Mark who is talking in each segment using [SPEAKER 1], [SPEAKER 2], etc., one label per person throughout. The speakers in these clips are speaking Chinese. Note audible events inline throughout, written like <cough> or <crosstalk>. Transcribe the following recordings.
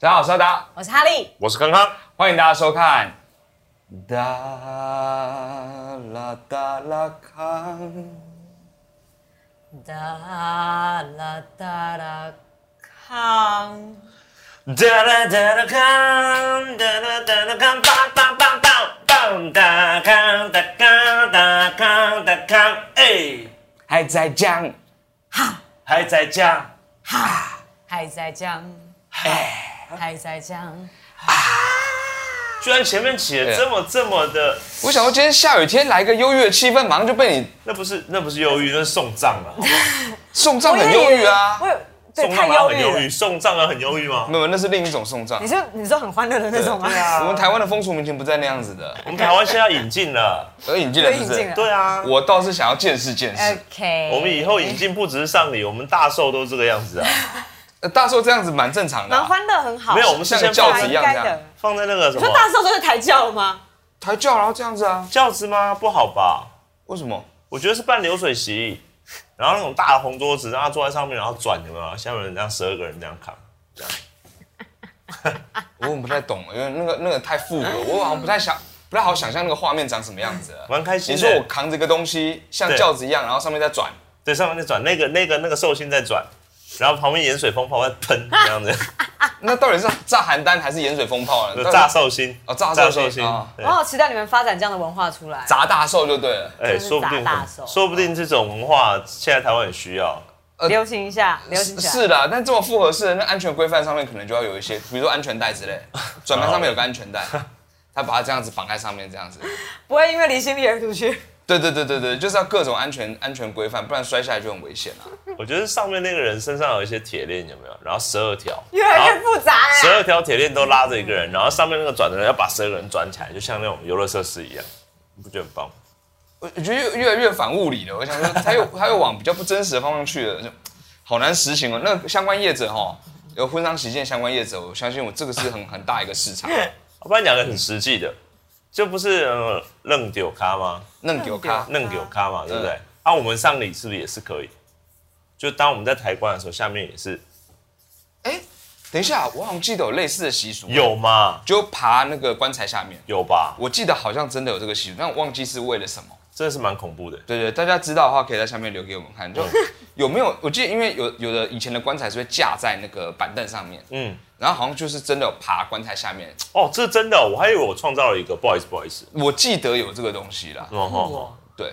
[SPEAKER 1] 大家好，我是阿达，
[SPEAKER 2] 我是哈利，
[SPEAKER 3] 我是康康，
[SPEAKER 1] 欢迎大家收看。哒啦哒啦康，
[SPEAKER 2] 哒啦哒啦康，
[SPEAKER 3] 哒啦哒啦康，哒啦哒啦康，棒棒棒棒棒哒康哒康哒康哒康，哎，
[SPEAKER 1] 还在讲，
[SPEAKER 3] 还在家，
[SPEAKER 2] 还在讲，
[SPEAKER 3] 哎
[SPEAKER 2] 还在讲，
[SPEAKER 3] 居然前面写
[SPEAKER 1] 对
[SPEAKER 3] 这么这么的，
[SPEAKER 1] 我想说今天下雨天来个忧郁的气氛，马上就被你
[SPEAKER 3] 那不是那不是忧郁，那是送葬啊，
[SPEAKER 1] 送葬很忧郁啊
[SPEAKER 2] 哎我。有对
[SPEAKER 3] 送
[SPEAKER 2] 太
[SPEAKER 3] 葬啊
[SPEAKER 2] 忧
[SPEAKER 3] 很
[SPEAKER 2] 郁
[SPEAKER 3] 忧
[SPEAKER 2] 了
[SPEAKER 3] 郁，。送葬啊很忧郁吗？
[SPEAKER 1] 没有，那是另啊一种送葬
[SPEAKER 2] 你。是你说很欢乐的那种吗？
[SPEAKER 1] 我
[SPEAKER 3] 啊
[SPEAKER 1] 们台湾的风俗民情不在那样子的，
[SPEAKER 3] 我们台湾现在引进了，
[SPEAKER 1] 而引进了
[SPEAKER 2] 对
[SPEAKER 1] 是不
[SPEAKER 2] 引进
[SPEAKER 1] 是
[SPEAKER 2] 了？哎
[SPEAKER 3] 对啊，
[SPEAKER 1] 我倒是想要见识见识。
[SPEAKER 2] OK，
[SPEAKER 3] 我们以后引进不只是上礼，我们大寿都这个样子啊，
[SPEAKER 1] 呃大寿这样子蛮正常的
[SPEAKER 2] 蛮
[SPEAKER 1] 啊，
[SPEAKER 2] 欢乐，很好。
[SPEAKER 3] 没有，我们是
[SPEAKER 1] 像个
[SPEAKER 3] 先
[SPEAKER 1] 轿
[SPEAKER 3] 放
[SPEAKER 1] 子一
[SPEAKER 2] 应
[SPEAKER 1] 样
[SPEAKER 2] 该
[SPEAKER 1] 这样
[SPEAKER 2] 的。
[SPEAKER 3] 放在那个什
[SPEAKER 2] 你
[SPEAKER 3] 么
[SPEAKER 2] 说大寿都是抬轿了吗？
[SPEAKER 1] 抬轿然后这样子啊？
[SPEAKER 3] 轿子吗？不好吧？
[SPEAKER 1] 为什么？
[SPEAKER 3] 我觉得是办流水席，然后那种大的红桌子，让他坐在上面，然后转，有没有？下面有人这样十二个人这样扛，这样
[SPEAKER 1] 我有点不太懂，因为那个那个太复古了，我好像不太想不太好想象那个画面长什么样子了。
[SPEAKER 3] 蛮开
[SPEAKER 1] 你
[SPEAKER 3] 心的。
[SPEAKER 1] 说我扛着一个东西，像
[SPEAKER 3] 对
[SPEAKER 1] 轿子一样，然后上面在转，
[SPEAKER 3] 对上面在转，那个那个那个寿星在转，然后旁边盐水风炮在
[SPEAKER 1] <laughs>
[SPEAKER 3] 喷，这样子，
[SPEAKER 1] 那到底是炸邯郸还是盐水风炮呢？
[SPEAKER 3] 就
[SPEAKER 1] 到底
[SPEAKER 3] 呃炸寿星
[SPEAKER 1] 哦炸寿星
[SPEAKER 3] 寿星
[SPEAKER 1] 哦，
[SPEAKER 3] 对
[SPEAKER 2] 我好期待你们发展这样的文化出来。
[SPEAKER 1] 砸大寿就对了。
[SPEAKER 3] 哎，
[SPEAKER 2] 就是
[SPEAKER 3] 说不
[SPEAKER 2] 炸大
[SPEAKER 3] 定
[SPEAKER 2] 寿
[SPEAKER 3] 说不定这种文化现在台湾也需要。
[SPEAKER 2] 流行一下，流行
[SPEAKER 1] 是
[SPEAKER 2] 一下。
[SPEAKER 1] 是啦，但这么复合式的那安全规范上面可能就要有一些，比如说安全带之类，转盘上面有个安全带，他把它这样子绑在上面，这样子。
[SPEAKER 2] 不会因为离心力而出去。
[SPEAKER 1] 对对对对对，就是要各种安全安全规范，不然摔下来就很危险啊。
[SPEAKER 3] 我觉得上面那个人身上有一些铁链，有没有？然后十二条，
[SPEAKER 2] <laughs> 越来越复杂
[SPEAKER 3] 十
[SPEAKER 2] 哎、
[SPEAKER 3] 二条铁链都拉着一个人，然后上面那个转的人要把十二个人转起来，就像那种游乐设施一样，你不觉得很棒？
[SPEAKER 1] 我我觉得越越来越反物理了。我想说，他又他又往比较不真实的方向去了，就好难实行哦。那个相关业者哈，有婚丧喜庆的相关业者，我相信我这个是很很大一个市场。
[SPEAKER 3] 我帮你讲个很实际的，就不是呃愣丢咖吗？
[SPEAKER 1] 弄给我看，
[SPEAKER 3] 愣丢咖 <laughs>
[SPEAKER 2] 嗯
[SPEAKER 3] 嘛，对啊不对？啊，我们上礼是不是也是可以？就当我们在抬棺的时候，下面也是
[SPEAKER 1] 哎，等一下，我好像记得有类似的习俗，
[SPEAKER 3] 有嘛？
[SPEAKER 1] 就爬那个棺材下面。
[SPEAKER 3] 有吧？
[SPEAKER 1] 我记得好像真的有这个习俗，但我忘记是为了什么。
[SPEAKER 3] 真的是蛮恐怖的。
[SPEAKER 1] 对对，大家知道的话可以在下面留给我们看，就
[SPEAKER 3] 嗯
[SPEAKER 1] 有没有？我记得因为有有的以前的棺材是会架在那个板凳上面，
[SPEAKER 3] 嗯，
[SPEAKER 1] 然后好像就是真的有爬棺材下面，
[SPEAKER 3] 哦，这是真的哦，我还以为我创造了一个，不好意思，不好意思。
[SPEAKER 1] 我记得有这个东西啦。
[SPEAKER 3] 哦哦，
[SPEAKER 1] 对，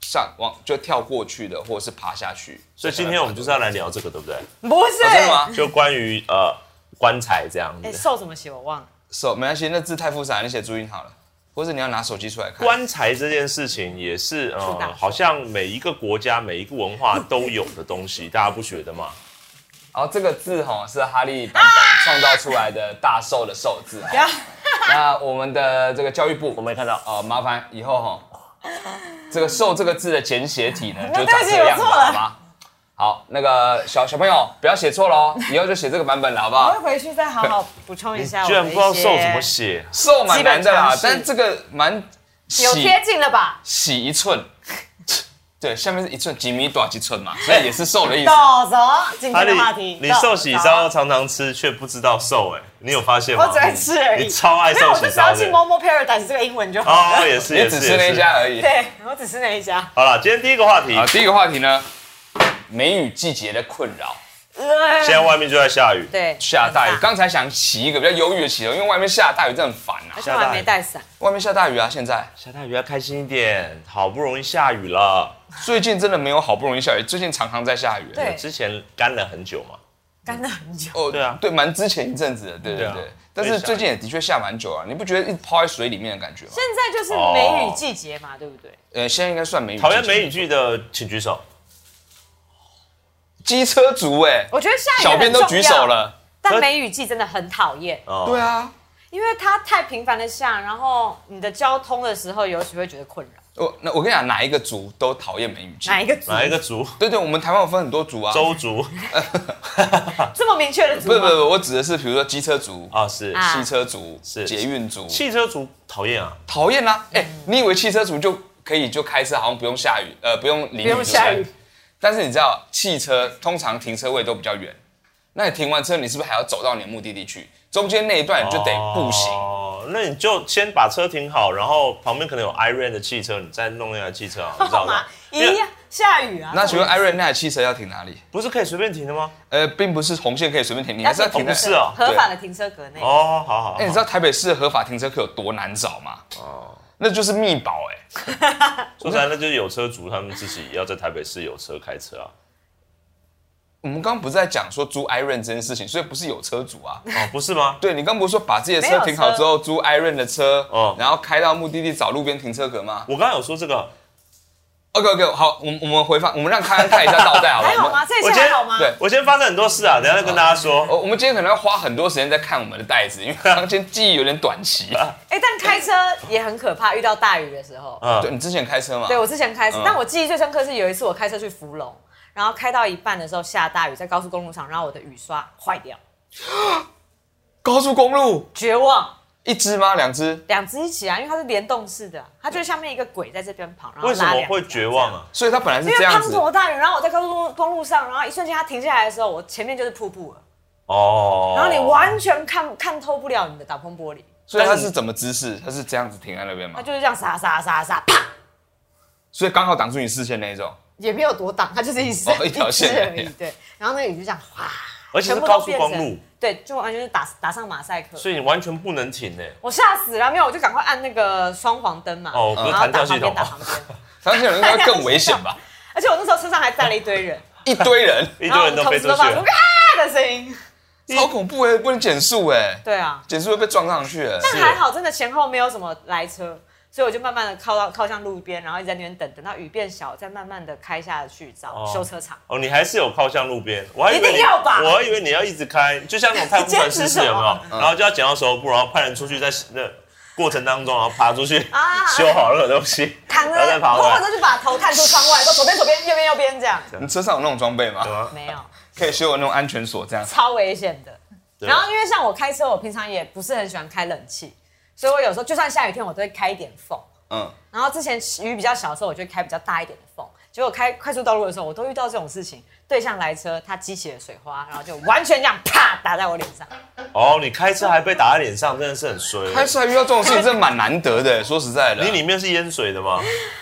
[SPEAKER 1] 上往就跳过去的，或者是爬下去。
[SPEAKER 3] 所以今天我们就是要来聊这个，对不对？
[SPEAKER 2] 不是？
[SPEAKER 1] 哦真的吗？
[SPEAKER 3] 就关于呃棺材这样
[SPEAKER 2] 哎、
[SPEAKER 3] 子。
[SPEAKER 2] 受什么气我
[SPEAKER 3] <laughs>
[SPEAKER 2] 忘了。
[SPEAKER 1] 手没关系，那字太复杂，你写注音好了，或者你要拿手机出来看。
[SPEAKER 3] 棺材这件事情也是
[SPEAKER 2] 是的
[SPEAKER 3] 呃，好像每一个国家、每一个文化都有的东西，大家不觉得吗？
[SPEAKER 1] 然后这个字哈是哈利版本创造出来的大寿的寿
[SPEAKER 3] <laughs>
[SPEAKER 1] 字。
[SPEAKER 2] 不要，
[SPEAKER 1] 那我们的这个教育部，我
[SPEAKER 3] 我没看到。
[SPEAKER 1] 哦，麻烦以后哈，这个“寿”这个字的简写体呢，
[SPEAKER 3] <laughs>
[SPEAKER 1] 就
[SPEAKER 2] 对
[SPEAKER 1] 长
[SPEAKER 2] 不起
[SPEAKER 1] 这样
[SPEAKER 2] 我
[SPEAKER 1] 子，
[SPEAKER 2] 错了
[SPEAKER 1] 好吗？好，那个小小朋友不要写错喽，以后就写这个版本了，好不
[SPEAKER 2] 我
[SPEAKER 1] 好
[SPEAKER 2] 会？回去再好好补充一下我
[SPEAKER 3] 嗯居然不
[SPEAKER 2] 的一
[SPEAKER 3] 知道寿怎么
[SPEAKER 2] 些。
[SPEAKER 3] 写，
[SPEAKER 1] 寿蛮难的啦
[SPEAKER 2] 基本
[SPEAKER 1] 但
[SPEAKER 2] 常，识
[SPEAKER 1] 这个蛮
[SPEAKER 2] 有
[SPEAKER 1] 喜
[SPEAKER 2] 贴近了吧？
[SPEAKER 1] 洗一寸， <laughs> 对，下面是一寸，几米短几寸嘛，所以也是瘦的
[SPEAKER 3] <laughs>
[SPEAKER 1] 意思。
[SPEAKER 2] 走走，今天的话
[SPEAKER 3] 啊
[SPEAKER 2] 题
[SPEAKER 3] 你，你寿喜烧，常常吃却不知道寿，哎，你有发现吗？
[SPEAKER 2] 啊我只爱吃而已
[SPEAKER 3] 你超爱
[SPEAKER 2] 没有，
[SPEAKER 3] 寿
[SPEAKER 2] 我
[SPEAKER 3] 喜
[SPEAKER 2] 就只要
[SPEAKER 3] 烧
[SPEAKER 2] 去
[SPEAKER 3] 的。
[SPEAKER 2] Momo Paradise 这个英文就好。
[SPEAKER 3] 哦，也是
[SPEAKER 1] 也
[SPEAKER 3] 也
[SPEAKER 1] 只
[SPEAKER 3] 是
[SPEAKER 1] 吃那一
[SPEAKER 3] 也是。
[SPEAKER 1] 家而已。
[SPEAKER 2] <laughs> 对，我只吃那一家。
[SPEAKER 3] 好了，今天第一个话题，
[SPEAKER 1] 好，第一个话题呢，梅雨季节的困扰，
[SPEAKER 2] 呃
[SPEAKER 3] 现在外面就在下雨，
[SPEAKER 2] 对，
[SPEAKER 1] 下大雨
[SPEAKER 2] 很。
[SPEAKER 1] 刚才想起一个比较忧郁的哦起头，因为外面下大雨真的很烦啊
[SPEAKER 2] 而。且我还没带伞，
[SPEAKER 1] 外面下大雨啊，现在
[SPEAKER 3] 下大雨要开心一点，好不容易下雨了，
[SPEAKER 1] 最近真的没有好不容易下雨，最近常常在下雨。
[SPEAKER 2] 对
[SPEAKER 3] 之前干了很久嘛，
[SPEAKER 2] 干了很久。
[SPEAKER 1] 哦，
[SPEAKER 3] 对啊
[SPEAKER 1] 对，蛮之前一阵子的，对对
[SPEAKER 3] 对啊
[SPEAKER 1] 对。但是最近也的确下蛮久啊，你不觉得一直泡在水里面的感觉吗？
[SPEAKER 2] 现在就是梅雨季节嘛，对不对？
[SPEAKER 1] 呃，现在应该算梅雨季节。
[SPEAKER 3] 讨厌梅雨剧的请举手。
[SPEAKER 1] 机车族哎，
[SPEAKER 2] 我觉得下雨
[SPEAKER 1] 小编都
[SPEAKER 2] 很重
[SPEAKER 1] 举
[SPEAKER 2] 要
[SPEAKER 1] 手，了。
[SPEAKER 3] 呃
[SPEAKER 2] 但梅雨季真的很讨厌。
[SPEAKER 3] 哦
[SPEAKER 1] 对啊，
[SPEAKER 2] 因为它太频繁的下，然后你的交通的时候，尤其会觉得困扰。
[SPEAKER 1] 我哦那我跟你讲，哪一个族都讨厌梅雨季。
[SPEAKER 2] 哪一个啊族？
[SPEAKER 3] 哪一个族？
[SPEAKER 1] 对对，我们台湾有分很多族啊。
[SPEAKER 3] 周族
[SPEAKER 2] 这么明确的族
[SPEAKER 1] 不
[SPEAKER 2] 吗？
[SPEAKER 1] 是不是，不是我指的是比如说机车族、
[SPEAKER 3] 啊，是
[SPEAKER 2] 啊
[SPEAKER 1] 汽车族、
[SPEAKER 3] 是
[SPEAKER 1] 捷运族，
[SPEAKER 3] 汽车族讨厌啊，
[SPEAKER 1] 讨厌啦。哎，你以为汽车族就可以就开车，好像不用下雨，呃，不用淋雨，
[SPEAKER 2] 不用下
[SPEAKER 1] 对不
[SPEAKER 2] 雨
[SPEAKER 1] 对。但是你知道，汽车通常停车位都比较远，那你停完车，你是不是还要走到你的目的地去？中间那一段你就得步行。
[SPEAKER 3] 哦，那你就先把车停好，然后旁边可能有 Iron 的汽车，你再弄那台汽车啊，你知道
[SPEAKER 2] 干 <laughs>
[SPEAKER 3] 吗
[SPEAKER 2] 嘛？？一样下雨啊。
[SPEAKER 1] 那请问艾瑞那台汽车要停哪里？
[SPEAKER 3] 不是可以随便停的吗？
[SPEAKER 1] 呃，并不是红线可以随便停，你还是要停
[SPEAKER 3] 哦
[SPEAKER 1] 在
[SPEAKER 3] 不是哦
[SPEAKER 2] 合法的停车格内。
[SPEAKER 3] 哦，好好
[SPEAKER 1] 哎、你知道台北市的合法停车可有多难找吗？
[SPEAKER 3] 哦，
[SPEAKER 1] 那就是密保哎、
[SPEAKER 3] 说实在，那就是有车族他们自己要在台北市有车开车啊。
[SPEAKER 1] 我们刚刚不是在讲说租 Iron 这件事情，所以不是有车主啊。
[SPEAKER 3] 哦，不是吗？
[SPEAKER 1] 对你刚不是说把自己的
[SPEAKER 2] 没
[SPEAKER 1] 车
[SPEAKER 2] 有车
[SPEAKER 1] 停好之后租 Iron 的车，
[SPEAKER 3] 哦
[SPEAKER 1] 然后开到目的地找路边停车格吗
[SPEAKER 3] 我刚刚有说这个，
[SPEAKER 1] ？OK OK，好，我们我们回放，我们让康康看一下倒带好
[SPEAKER 2] <laughs>
[SPEAKER 1] 了。
[SPEAKER 2] 还好
[SPEAKER 1] 我们
[SPEAKER 2] 吗？这一
[SPEAKER 3] 我
[SPEAKER 2] 切
[SPEAKER 3] 今天
[SPEAKER 2] 还好吗？
[SPEAKER 1] 对
[SPEAKER 3] 我今天发生很多事啊，等一下再跟大家说。
[SPEAKER 1] 我我们今天可能要花很多时间在看我们的袋子，因为康今天记忆有点短期。
[SPEAKER 2] 哎，但开车也很可怕，遇到大雨的时候。
[SPEAKER 1] 对
[SPEAKER 3] 嗯，
[SPEAKER 1] 你之前开车吗？
[SPEAKER 2] 对我之前开车
[SPEAKER 1] 嗯，
[SPEAKER 2] 但我记忆最深刻是有一次我开车去福隆，然后开到一半的时候下大雨，在高速公路上，然后我的雨刷坏掉，
[SPEAKER 1] 高速公路
[SPEAKER 2] 绝望。
[SPEAKER 1] 一只吗？两只？
[SPEAKER 2] 两只一起啊，因为它是联动式的，它就是下面一个鬼在这边跑，然后
[SPEAKER 3] 为什
[SPEAKER 2] 拉
[SPEAKER 3] 么
[SPEAKER 2] 两
[SPEAKER 3] 会
[SPEAKER 2] 只
[SPEAKER 3] 绝望？啊？
[SPEAKER 1] 所以它本来是
[SPEAKER 2] 这
[SPEAKER 1] 这
[SPEAKER 2] 样因为
[SPEAKER 1] 样
[SPEAKER 2] 滂
[SPEAKER 1] 子。
[SPEAKER 2] 沱大雨，然后我在高速公路公路上，然后一瞬间它停下来的时候，我前面就是瀑布了，
[SPEAKER 3] 哦，
[SPEAKER 2] 然后你完全看看透不了你的挡风玻璃，
[SPEAKER 1] 所以它是怎么姿势？它是这样子停在那边
[SPEAKER 2] 它
[SPEAKER 1] 吗？
[SPEAKER 2] 就是这样撒撒撒撒，啪，
[SPEAKER 1] 所以刚好挡住你视线那一种。
[SPEAKER 2] 也没有多挡，它就是一直、
[SPEAKER 1] 哦一条线
[SPEAKER 2] 只而
[SPEAKER 1] 而
[SPEAKER 2] 已
[SPEAKER 1] 已，
[SPEAKER 2] 对。然后那个雨就这样哗，
[SPEAKER 3] 而且
[SPEAKER 2] 全
[SPEAKER 3] 是
[SPEAKER 2] 部
[SPEAKER 3] 高
[SPEAKER 2] 都
[SPEAKER 3] 速
[SPEAKER 2] 变
[SPEAKER 3] 公
[SPEAKER 2] 成
[SPEAKER 3] 路，
[SPEAKER 2] 对，就完全是打打上马赛克。
[SPEAKER 3] 所以你完全不能停诶。
[SPEAKER 2] 我吓死了，没有，我就赶快按那个双黄灯嘛，
[SPEAKER 3] 哦不是
[SPEAKER 2] 然后
[SPEAKER 3] 弹跳
[SPEAKER 2] 打
[SPEAKER 3] 系
[SPEAKER 2] 旁边
[SPEAKER 3] 统哦
[SPEAKER 2] 打旁边，
[SPEAKER 1] 当然，应该更危险吧？
[SPEAKER 2] 而且我那时候身上还站了一堆人，
[SPEAKER 1] 一堆人，
[SPEAKER 3] <laughs> 一
[SPEAKER 2] 然
[SPEAKER 3] 堆
[SPEAKER 2] 后我
[SPEAKER 3] 人
[SPEAKER 2] 们
[SPEAKER 3] 都
[SPEAKER 2] 同
[SPEAKER 3] 飞
[SPEAKER 2] 时
[SPEAKER 3] 出
[SPEAKER 2] 都
[SPEAKER 3] 去
[SPEAKER 2] 发出
[SPEAKER 3] 了
[SPEAKER 2] 啊。的声音。
[SPEAKER 1] 好恐怖哎、不能减速哎、
[SPEAKER 2] 对啊，
[SPEAKER 1] 减速会被撞上去哎、
[SPEAKER 2] 但还好，真的前后没有什么来车，所以我就慢慢的靠到靠向路边，然后一直在那边等，等到雨变小，再慢慢的开下去找、
[SPEAKER 3] 哦
[SPEAKER 2] 修车厂。
[SPEAKER 3] 哦，你还是有靠向路边，我还以为
[SPEAKER 2] 一
[SPEAKER 3] 你
[SPEAKER 2] 定要吧
[SPEAKER 3] 我还以为你要一直开，就像那种太空船失事有没有
[SPEAKER 2] 你坚持？
[SPEAKER 1] 么
[SPEAKER 3] 然后就要剪到手部，然后派人出去在那过程当中，然后爬出去
[SPEAKER 2] 啊
[SPEAKER 3] 修好那个东西，
[SPEAKER 2] 躺着，
[SPEAKER 3] 然后再爬回
[SPEAKER 2] 我
[SPEAKER 3] 来。
[SPEAKER 2] 就把头探出窗外，说左边左边，右边右边这样。
[SPEAKER 1] 你车上有那种装备吗？
[SPEAKER 3] 有啊
[SPEAKER 2] 没有，
[SPEAKER 1] 可以修有那种安全锁这样。
[SPEAKER 2] 超危险的。
[SPEAKER 3] 对
[SPEAKER 2] 然后因为像我开车，我平常也不是很喜欢开冷气，所以我有时候就算下雨天，我都会开一点缝。
[SPEAKER 1] 嗯，
[SPEAKER 2] 然后之前雨比较小的时候，我就开比较大一点的缝。结果开快速道路的时候，我都遇到这种事情，对向来车他激起了水花，然后就完全这样啪打在我脸上。
[SPEAKER 3] 哦，你开车还被打在脸上，真的是很衰。欸
[SPEAKER 1] 开车还遇到这种事情，真的蛮难得的、欸说实在的，
[SPEAKER 3] 你里面是淹水
[SPEAKER 1] <laughs>
[SPEAKER 3] 的吗？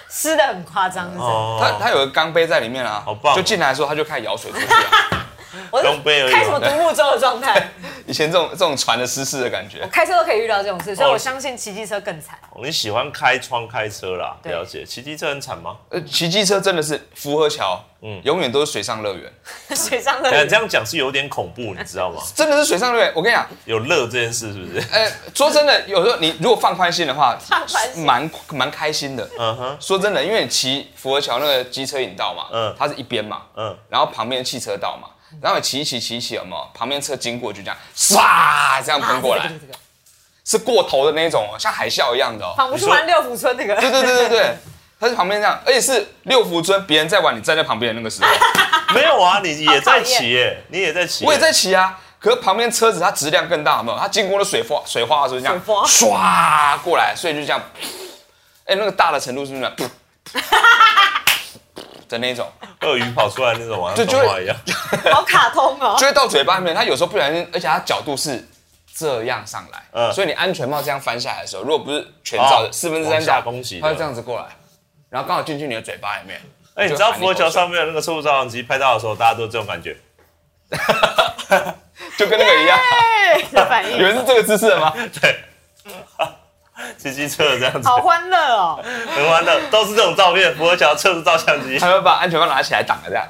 [SPEAKER 2] 湿的很夸张，是真的。
[SPEAKER 1] 他
[SPEAKER 3] 哦，
[SPEAKER 1] 他有个钢杯在里面啊，
[SPEAKER 3] 好棒哦
[SPEAKER 1] 就进来的时候他就开始舀水出去、
[SPEAKER 3] <laughs>
[SPEAKER 1] 啊。
[SPEAKER 2] 我
[SPEAKER 3] 东北而已
[SPEAKER 2] 是
[SPEAKER 3] 哦
[SPEAKER 2] 开什么独木舟的状态，
[SPEAKER 3] <laughs>
[SPEAKER 1] 以前这种这种船的失事的感觉
[SPEAKER 2] 我，开车都可以遇到这种事，所以
[SPEAKER 3] 哦
[SPEAKER 2] 我相信骑机车更惨。 <laughs>
[SPEAKER 3] 你喜欢开窗开车啦，
[SPEAKER 2] 对
[SPEAKER 3] 了解。骑机车很惨吗？
[SPEAKER 1] 呃，骑机车真的是福和桥，嗯，
[SPEAKER 3] 嗯
[SPEAKER 1] 永远都是水上乐园，
[SPEAKER 2] 水上
[SPEAKER 3] 哎，
[SPEAKER 2] 乐
[SPEAKER 3] 你这样讲是有点恐怖，你知道
[SPEAKER 1] <laughs>
[SPEAKER 3] 吗？
[SPEAKER 1] 真的是水上乐园。我跟你讲，
[SPEAKER 3] 有乐这件事是不是？ <laughs>
[SPEAKER 1] 哎、说真的，有时候你如果放宽心的话，
[SPEAKER 2] 放宽心
[SPEAKER 1] 蛮蛮开心的。
[SPEAKER 3] 嗯哼，
[SPEAKER 1] 说真的，因为你骑福和桥那个机车引道嘛，
[SPEAKER 3] 嗯
[SPEAKER 1] 嗯，它是一边嘛，
[SPEAKER 3] 嗯，
[SPEAKER 1] 然后旁边汽车道嘛，
[SPEAKER 2] 嗯
[SPEAKER 1] 然后你骑一骑骑一骑，有没有？旁边车经过就这样唰这样喷过来，
[SPEAKER 2] <laughs> 啊 <laughs> 这个这个这个
[SPEAKER 1] 是过头的那种哦，像海啸一样的哦。
[SPEAKER 2] 仿佛是玩六福村那个。
[SPEAKER 1] 对对对对对，它是旁边这样，而且是六福村别人在玩，你站在旁边的那个时候，
[SPEAKER 3] 没有啊，你也在
[SPEAKER 2] 好讨厌
[SPEAKER 3] 骑
[SPEAKER 1] <laughs>
[SPEAKER 3] 耶，你也在骑耶，欸
[SPEAKER 1] 我也在骑啊。可是旁边车子它质量更大，有没有？它经过了水花水花的时候就这样
[SPEAKER 2] 水花
[SPEAKER 1] 唰过来，所以就这样，哎，那个大的程度是不是这样？的那种，
[SPEAKER 3] 鳄鱼跑出来那种啊，
[SPEAKER 1] 对
[SPEAKER 3] 像
[SPEAKER 1] <laughs> 就
[SPEAKER 3] 动
[SPEAKER 1] 会
[SPEAKER 3] 画一样。
[SPEAKER 2] 好卡通哦 <laughs>
[SPEAKER 1] 就。会到嘴巴里面。它有时候不小心，而且它角度是这样上来，
[SPEAKER 3] 嗯
[SPEAKER 1] 所以你安全帽这样翻下来的时候，如果不是全罩
[SPEAKER 3] 哦
[SPEAKER 1] 的四分之
[SPEAKER 3] 往
[SPEAKER 1] 三
[SPEAKER 3] 下
[SPEAKER 1] 罩，
[SPEAKER 3] 攻击的
[SPEAKER 1] 它会这样子过来，然后刚好进去你的嘴巴里面。
[SPEAKER 3] 哎、你知道
[SPEAKER 1] 就会
[SPEAKER 3] 浮
[SPEAKER 1] 喊
[SPEAKER 3] 球
[SPEAKER 1] 口水
[SPEAKER 3] 上面有那个车速照相机拍照的时候，大家都这种
[SPEAKER 1] <laughs>
[SPEAKER 3] 感觉。
[SPEAKER 1] 就跟那个一
[SPEAKER 3] <laughs>
[SPEAKER 1] 样，
[SPEAKER 2] 哎，这反
[SPEAKER 1] 以为
[SPEAKER 2] 应
[SPEAKER 1] 是这个姿势的吗？
[SPEAKER 3] 对，骑机车这样子，
[SPEAKER 2] 好欢乐哦。 <laughs>
[SPEAKER 3] 很欢乐，都是这种照片。浮桥车速照相机，
[SPEAKER 1] 还会把安全帽拿起来挡了这样。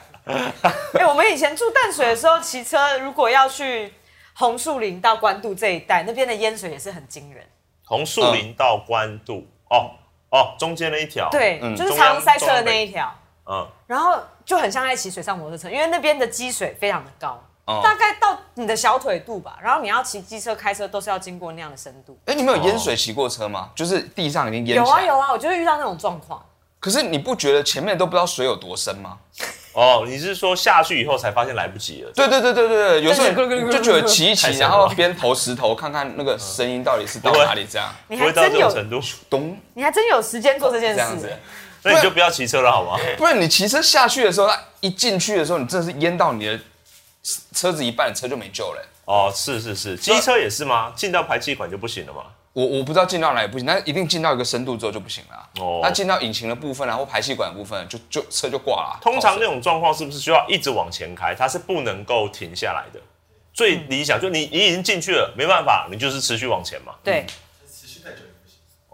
[SPEAKER 2] 哎，我们以前住淡水的时候，骑车如果要去红树林到关渡这一带，那边的淹水也是很惊人。
[SPEAKER 3] 红树林到关渡，哦哦，中间那一条，，
[SPEAKER 2] 对，
[SPEAKER 1] 嗯
[SPEAKER 2] 就是常常塞车的那一条，
[SPEAKER 3] 嗯，
[SPEAKER 2] 然后就很像在骑水上摩托车，因为那边的积水非常的高。
[SPEAKER 1] 哦
[SPEAKER 2] 大概到你的小腿肚吧，然后你要骑机车、开车都是要经过那样的深度。
[SPEAKER 1] 哎，你们有淹水骑过车吗？就是地上已经淹
[SPEAKER 2] 有
[SPEAKER 1] 起
[SPEAKER 2] 啊
[SPEAKER 1] 来。
[SPEAKER 2] 有啊，我就会遇到那种状况。
[SPEAKER 1] 可是你不觉得前面都不知道水有多深吗？
[SPEAKER 3] 哦，你是说下去以后才发现来不及了？
[SPEAKER 1] 对对对对对对，有时候
[SPEAKER 2] 对对对对
[SPEAKER 3] <laughs>
[SPEAKER 1] 你
[SPEAKER 2] 对
[SPEAKER 1] 就
[SPEAKER 2] 对
[SPEAKER 1] 觉得骑一
[SPEAKER 3] 啊太
[SPEAKER 1] 骑，
[SPEAKER 3] 深了
[SPEAKER 1] 然后边投石头看看那个声音到底是到
[SPEAKER 3] 不会
[SPEAKER 1] 哪里这样，
[SPEAKER 2] 你
[SPEAKER 3] 不
[SPEAKER 2] 还
[SPEAKER 3] 会到
[SPEAKER 2] 真
[SPEAKER 3] 这种
[SPEAKER 2] 有，
[SPEAKER 3] 程度，
[SPEAKER 1] 咚
[SPEAKER 2] 你还真有时间做这件
[SPEAKER 1] 这样子
[SPEAKER 2] 事。。
[SPEAKER 3] <laughs> 那你就不要骑车了好吗？
[SPEAKER 1] 不然你骑车下去的时候，它一进去的时候，你真的是淹到你的车子一半车就没救了欸、
[SPEAKER 3] 哦，是是是，机车也是吗？进到排气管就不行了嘛？
[SPEAKER 1] 我我不知道进到哪里不行，但是一定进到一个深度之后就不行了啊。
[SPEAKER 3] 哦
[SPEAKER 1] 那进到引擎的部分啊，或排气管的部分，就就车就挂了啊。
[SPEAKER 3] 通常
[SPEAKER 1] 好
[SPEAKER 3] 这种状况是不是就要一直往前开？它是不能够停下来的。最理想就你你已经进去了，没办法，你就是持续往前嘛。
[SPEAKER 2] 对，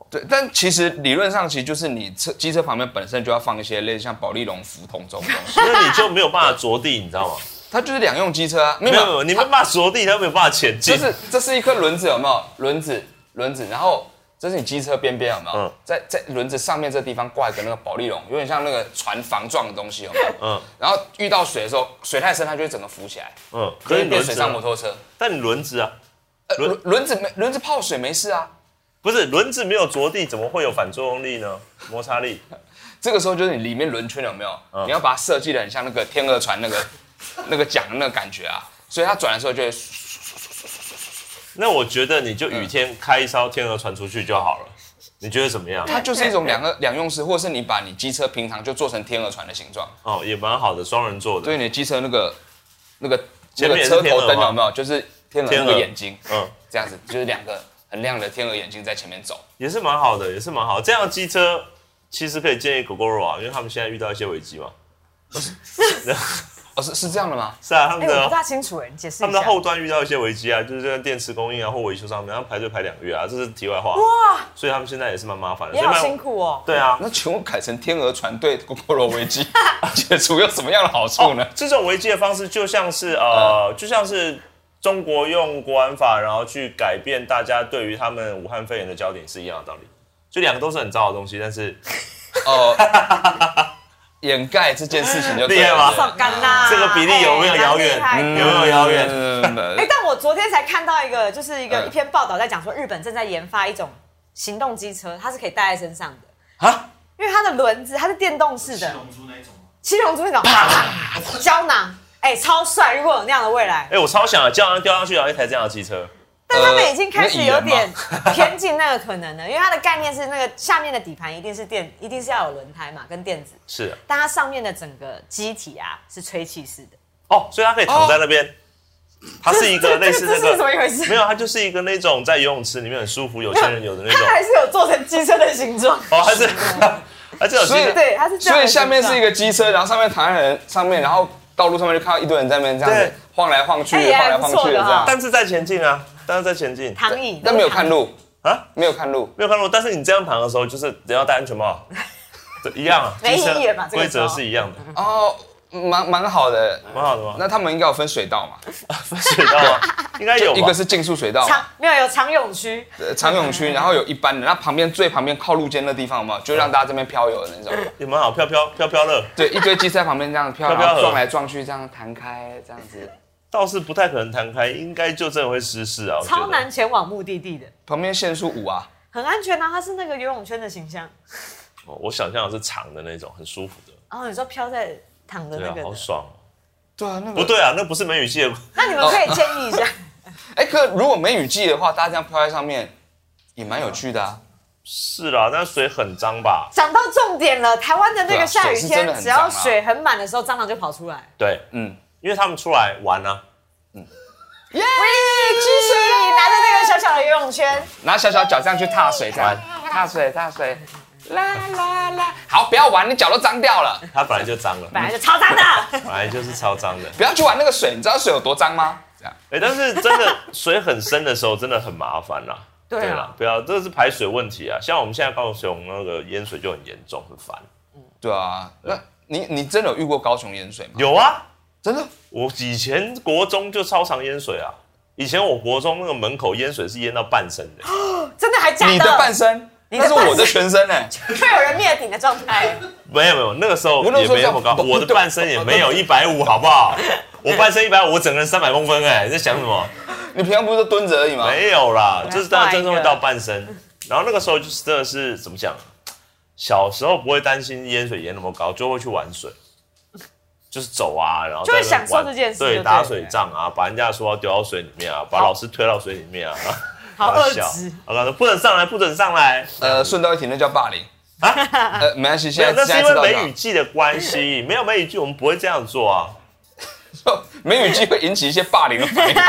[SPEAKER 1] 对，但其实理论上其实就是你车机车旁边本身就要放一些类似像保利龙浮筒这种东西，
[SPEAKER 3] 那你就没有办法着地，你知道吗？
[SPEAKER 1] 它就是两用机车啊，没
[SPEAKER 3] 没
[SPEAKER 1] 有没
[SPEAKER 3] 有没
[SPEAKER 1] 有
[SPEAKER 3] 有，你没办法着地，它没有办法前进
[SPEAKER 1] 这。是这是一颗轮子有没有？轮子轮子，然后这是你机车边边有没有？
[SPEAKER 3] 嗯
[SPEAKER 1] 在在轮子上面这地方挂一个那个保利龙，有点像那个船防撞的东西有没有？
[SPEAKER 3] 嗯
[SPEAKER 1] 然后遇到水的时候，水太深它就会整个浮起来，
[SPEAKER 3] 嗯，
[SPEAKER 1] 可
[SPEAKER 3] 可
[SPEAKER 1] 以
[SPEAKER 3] 是
[SPEAKER 1] 变
[SPEAKER 3] 轮
[SPEAKER 1] 水
[SPEAKER 3] 子
[SPEAKER 1] 上摩
[SPEAKER 3] 啊，
[SPEAKER 1] 托车。
[SPEAKER 3] 但你轮子啊，
[SPEAKER 1] 呃，
[SPEAKER 3] 轮
[SPEAKER 1] 轮轮子没轮子泡水没事啊，
[SPEAKER 3] 不是轮子没有着地，怎么会有反作用力呢？摩擦力。
[SPEAKER 1] 这个时候就是你里面轮圈有没有？
[SPEAKER 3] 嗯
[SPEAKER 1] 你要把它设计的很像那个天鹅船那个 <laughs> 那个桨的那个感觉啊，所以它转的时候就会
[SPEAKER 3] 那我觉得你就
[SPEAKER 2] 嗯
[SPEAKER 3] 雨天开一艘天鹅船出去就好了，你觉得怎么样？
[SPEAKER 1] 它就是一种两个两用式，或者是你把你机车平常就做成天鹅船的形状，
[SPEAKER 3] 哦，也蛮好的，双人座的。
[SPEAKER 1] 所以你的机车那个那个那
[SPEAKER 3] 前面
[SPEAKER 1] 个
[SPEAKER 3] 也是
[SPEAKER 1] 车
[SPEAKER 3] 天鹅
[SPEAKER 1] 头灯
[SPEAKER 3] 吗
[SPEAKER 1] 有没有？就是天鹅
[SPEAKER 3] 天
[SPEAKER 1] 那
[SPEAKER 3] 鹅
[SPEAKER 1] 个眼睛，
[SPEAKER 3] 嗯，
[SPEAKER 1] 这样子就是两个很亮的天鹅眼睛在前面走。
[SPEAKER 3] 也是蛮好的，也是蛮好。这样的机车其实可以建议 GoGoRo 啊，因为他们现在遇到一些危机嘛。
[SPEAKER 1] 哦，是是这样的吗？
[SPEAKER 3] 是啊，他
[SPEAKER 2] 哎，
[SPEAKER 3] 们
[SPEAKER 2] 我不
[SPEAKER 3] 的、
[SPEAKER 2] 大清楚哎，你解释
[SPEAKER 3] 他
[SPEAKER 2] 一
[SPEAKER 3] 们的
[SPEAKER 2] 下。
[SPEAKER 3] 后端遇到一些危机啊，就是这个电池供应啊或维修上面，他们排队排两个月啊，这是题外话。
[SPEAKER 2] 哇，
[SPEAKER 3] 所以他们现在也是蛮麻烦的。
[SPEAKER 2] 也
[SPEAKER 3] 所
[SPEAKER 2] 好
[SPEAKER 3] 以慢
[SPEAKER 2] 辛苦哦。
[SPEAKER 3] 对啊，
[SPEAKER 1] 那请问改成天鹅船对 g o r o 危机解除有什么样的好处呢？
[SPEAKER 3] 这种违纪的方式就像是呃，就像是中国用国安法，然后去改变大家对于他们武汉肺炎的焦点是一样的道理。就两个都是很糟的东西，但是
[SPEAKER 1] 哦，掩盖这件事情就对
[SPEAKER 3] 厉害
[SPEAKER 1] 了
[SPEAKER 3] 吗
[SPEAKER 1] 是
[SPEAKER 2] 上干啦，
[SPEAKER 3] 这个比例有没有遥远
[SPEAKER 2] 哎
[SPEAKER 3] 嗯有没有遥远
[SPEAKER 2] 哎、但我昨天才看到一个，就是一个、
[SPEAKER 1] 嗯
[SPEAKER 2] 一篇报道在讲说，日本正在研发一种行动机车，它是可以带在身上的
[SPEAKER 3] 啊，
[SPEAKER 2] 因为它的轮子它是电动式
[SPEAKER 4] 七
[SPEAKER 2] 的，
[SPEAKER 4] 龙珠那一种吗？
[SPEAKER 2] 七龙珠那种胶囊，哎、超帅！如果有那样的未来
[SPEAKER 3] 哎、，我超想这样掉上去，然后一台这样的汽车，
[SPEAKER 2] 但他们
[SPEAKER 1] 呃
[SPEAKER 2] 已经开始
[SPEAKER 1] 那蚁
[SPEAKER 2] 有
[SPEAKER 1] 人嘛
[SPEAKER 2] 点偏近那个可能了，因为它的概念是那个下面的底盘一定是电，一定是要有轮胎嘛，跟电子，
[SPEAKER 3] 是啊
[SPEAKER 2] 但它上面的整个机体啊是吹气式的，
[SPEAKER 3] 哦，所以它可以躺在那边，它是一个类似那
[SPEAKER 2] 这是怎么
[SPEAKER 3] 个。
[SPEAKER 2] 一回事？
[SPEAKER 3] 没有，它就是一个那种在游泳池里面很舒服，有钱人有的那种
[SPEAKER 2] <laughs> 它。还是有做成机车的形状。 <laughs>
[SPEAKER 3] 哦，它是， <laughs> 它这种
[SPEAKER 1] 所以
[SPEAKER 3] 其实
[SPEAKER 2] 对，它是这
[SPEAKER 1] 所
[SPEAKER 2] 样的
[SPEAKER 1] 以下面是一
[SPEAKER 2] 形
[SPEAKER 1] 个机车，然后上面躺在人上面，然后道路上面就看到一堆人在那边这样
[SPEAKER 3] 对
[SPEAKER 1] 子晃来晃去
[SPEAKER 2] 哎，呀
[SPEAKER 1] 晃来晃去的这样
[SPEAKER 2] 不错的，
[SPEAKER 3] 但是在前进啊，但是在前进
[SPEAKER 2] 状躺椅，
[SPEAKER 1] 但没有看路哦
[SPEAKER 3] 啊，
[SPEAKER 1] 没有看路。
[SPEAKER 3] 没有看过。但是你这样躺的时候，就是你要戴安
[SPEAKER 2] <laughs>
[SPEAKER 3] 全帽，对，一样啊，
[SPEAKER 2] 没
[SPEAKER 3] 机车
[SPEAKER 2] 意义了吧这个
[SPEAKER 3] 规则
[SPEAKER 2] 时候嗯
[SPEAKER 3] 是一样的，
[SPEAKER 1] 哦，蛮蛮好的。
[SPEAKER 3] 蛮好的嘛。
[SPEAKER 1] 那他们应该有分水道嘛？
[SPEAKER 3] 水道啊，应该有
[SPEAKER 1] 一
[SPEAKER 3] 吧
[SPEAKER 1] 个？是竞速水道嘛，
[SPEAKER 2] 长没有有长泳区，
[SPEAKER 1] 呃长泳区，然后有一般的，那旁边最旁边靠路肩的地方嘛，就让大家这边漂游的那种。
[SPEAKER 3] 也蛮好，飘飘飘飘乐
[SPEAKER 1] 对，一堆机车在旁边这样飘，
[SPEAKER 3] <laughs> 飘飘
[SPEAKER 1] 然后
[SPEAKER 3] 河
[SPEAKER 1] 撞来撞去，这样弹开，这样子。
[SPEAKER 3] 倒是不太可能摊开，应该就真的会失事啊。我觉得
[SPEAKER 2] 超难前往目的地的，
[SPEAKER 1] 旁边限速五啊，
[SPEAKER 2] 很安全啊。它是那个游泳圈的形象。
[SPEAKER 3] 哦我想象的是长的那种，很舒服的，
[SPEAKER 2] 然后你说飘在躺的
[SPEAKER 3] 对
[SPEAKER 2] 那
[SPEAKER 3] 啊
[SPEAKER 2] 个，的
[SPEAKER 3] 好爽哦。
[SPEAKER 1] 对啊，那
[SPEAKER 3] 不
[SPEAKER 1] 个。
[SPEAKER 3] 对啊，那不是梅雨季的， <laughs>
[SPEAKER 2] 那你们可以建议
[SPEAKER 1] <laughs>
[SPEAKER 2] 一下，
[SPEAKER 1] 哎，可如果没雨季的话，大家这样飘在上面，也蛮有趣的啊。
[SPEAKER 3] 是啦，但水很脏吧？
[SPEAKER 2] 讲到重点了。台湾的那
[SPEAKER 1] 对
[SPEAKER 2] 个
[SPEAKER 1] 啊
[SPEAKER 2] 下雨
[SPEAKER 1] 水是真
[SPEAKER 2] 天
[SPEAKER 1] 的，很
[SPEAKER 2] 只要
[SPEAKER 1] 脏啊
[SPEAKER 2] 水很满的时候，蟑螂就跑出来。
[SPEAKER 3] 对，
[SPEAKER 1] 嗯，
[SPEAKER 3] 因为他们出来玩啊，嗯
[SPEAKER 2] 喂，支持你拿着那个小小的游泳圈，
[SPEAKER 1] 拿小小脚这样去踏水，这样踏水踏水，啦啦啦。好，不要玩，你脚都脏掉了，
[SPEAKER 3] 它本来就脏了，
[SPEAKER 2] <laughs>
[SPEAKER 3] 嗯
[SPEAKER 2] 本来就超
[SPEAKER 3] <laughs>
[SPEAKER 2] 脏的。
[SPEAKER 3] 本来就是超脏的。
[SPEAKER 1] 不要去玩那个水，你知道水有多脏吗？这样。
[SPEAKER 3] 哎、但是真的水很深的时候，真的很麻烦啦。
[SPEAKER 2] 对啊
[SPEAKER 3] 啦，不要，这是排水问题啊。像我们现在高雄那个淹水就很严重，很烦。
[SPEAKER 1] 对啊，那你你真的有遇过高雄盐水吗？
[SPEAKER 3] 有啊，
[SPEAKER 1] 真的？
[SPEAKER 3] 我以前国中就超常淹水啊。以前我国中那个门口淹水是淹到半身的，
[SPEAKER 2] 真的还假的？
[SPEAKER 1] 你的半身，
[SPEAKER 2] 的
[SPEAKER 1] 那
[SPEAKER 2] 半
[SPEAKER 1] 是
[SPEAKER 2] 身
[SPEAKER 1] 我的全身哎、
[SPEAKER 2] 会有人灭顶的状
[SPEAKER 3] <laughs>
[SPEAKER 2] 态。
[SPEAKER 3] 没有没有，那个时候
[SPEAKER 1] 我那
[SPEAKER 3] 也
[SPEAKER 1] 时候
[SPEAKER 3] 没那么高，
[SPEAKER 1] 这样
[SPEAKER 3] 我的半身也
[SPEAKER 1] <laughs>
[SPEAKER 3] 没有一百五，好不好？我半身一百五，我整个人三百公分、哎，在想什么？
[SPEAKER 1] 你平常不是都蹲着而已吗？
[SPEAKER 3] 没有啦，就是当然真正会
[SPEAKER 2] 啊换一个
[SPEAKER 3] 到半身。然后那个时候就是真的是怎么讲，小时候不会担心淹水淹那么高，就会去玩水，就是走啊，然后
[SPEAKER 2] 就会
[SPEAKER 3] 在那边
[SPEAKER 2] 享受
[SPEAKER 3] 玩
[SPEAKER 2] 这件事就
[SPEAKER 3] 对，
[SPEAKER 2] 对
[SPEAKER 3] 打
[SPEAKER 2] 了
[SPEAKER 3] 水仗啊，把人家的书包丢到水里面啊，把老师推到水里面啊，
[SPEAKER 2] <laughs> 好
[SPEAKER 3] 搞
[SPEAKER 2] 恶
[SPEAKER 3] 笑
[SPEAKER 2] 质。
[SPEAKER 3] 我刚说不准上来，不准上来。
[SPEAKER 1] 呃，顺道一提，那叫霸凌啊。呃，没关系，
[SPEAKER 3] 没有，
[SPEAKER 1] 现
[SPEAKER 3] 那
[SPEAKER 1] 在现
[SPEAKER 3] 是
[SPEAKER 1] 在
[SPEAKER 3] 因
[SPEAKER 1] 知道
[SPEAKER 3] 为
[SPEAKER 1] 就
[SPEAKER 3] 梅
[SPEAKER 1] 好
[SPEAKER 3] 雨季的关系，没有梅雨季我们不会这样做啊。
[SPEAKER 1] 就 <laughs> 梅雨季会引起一些霸凌的反应。 <laughs>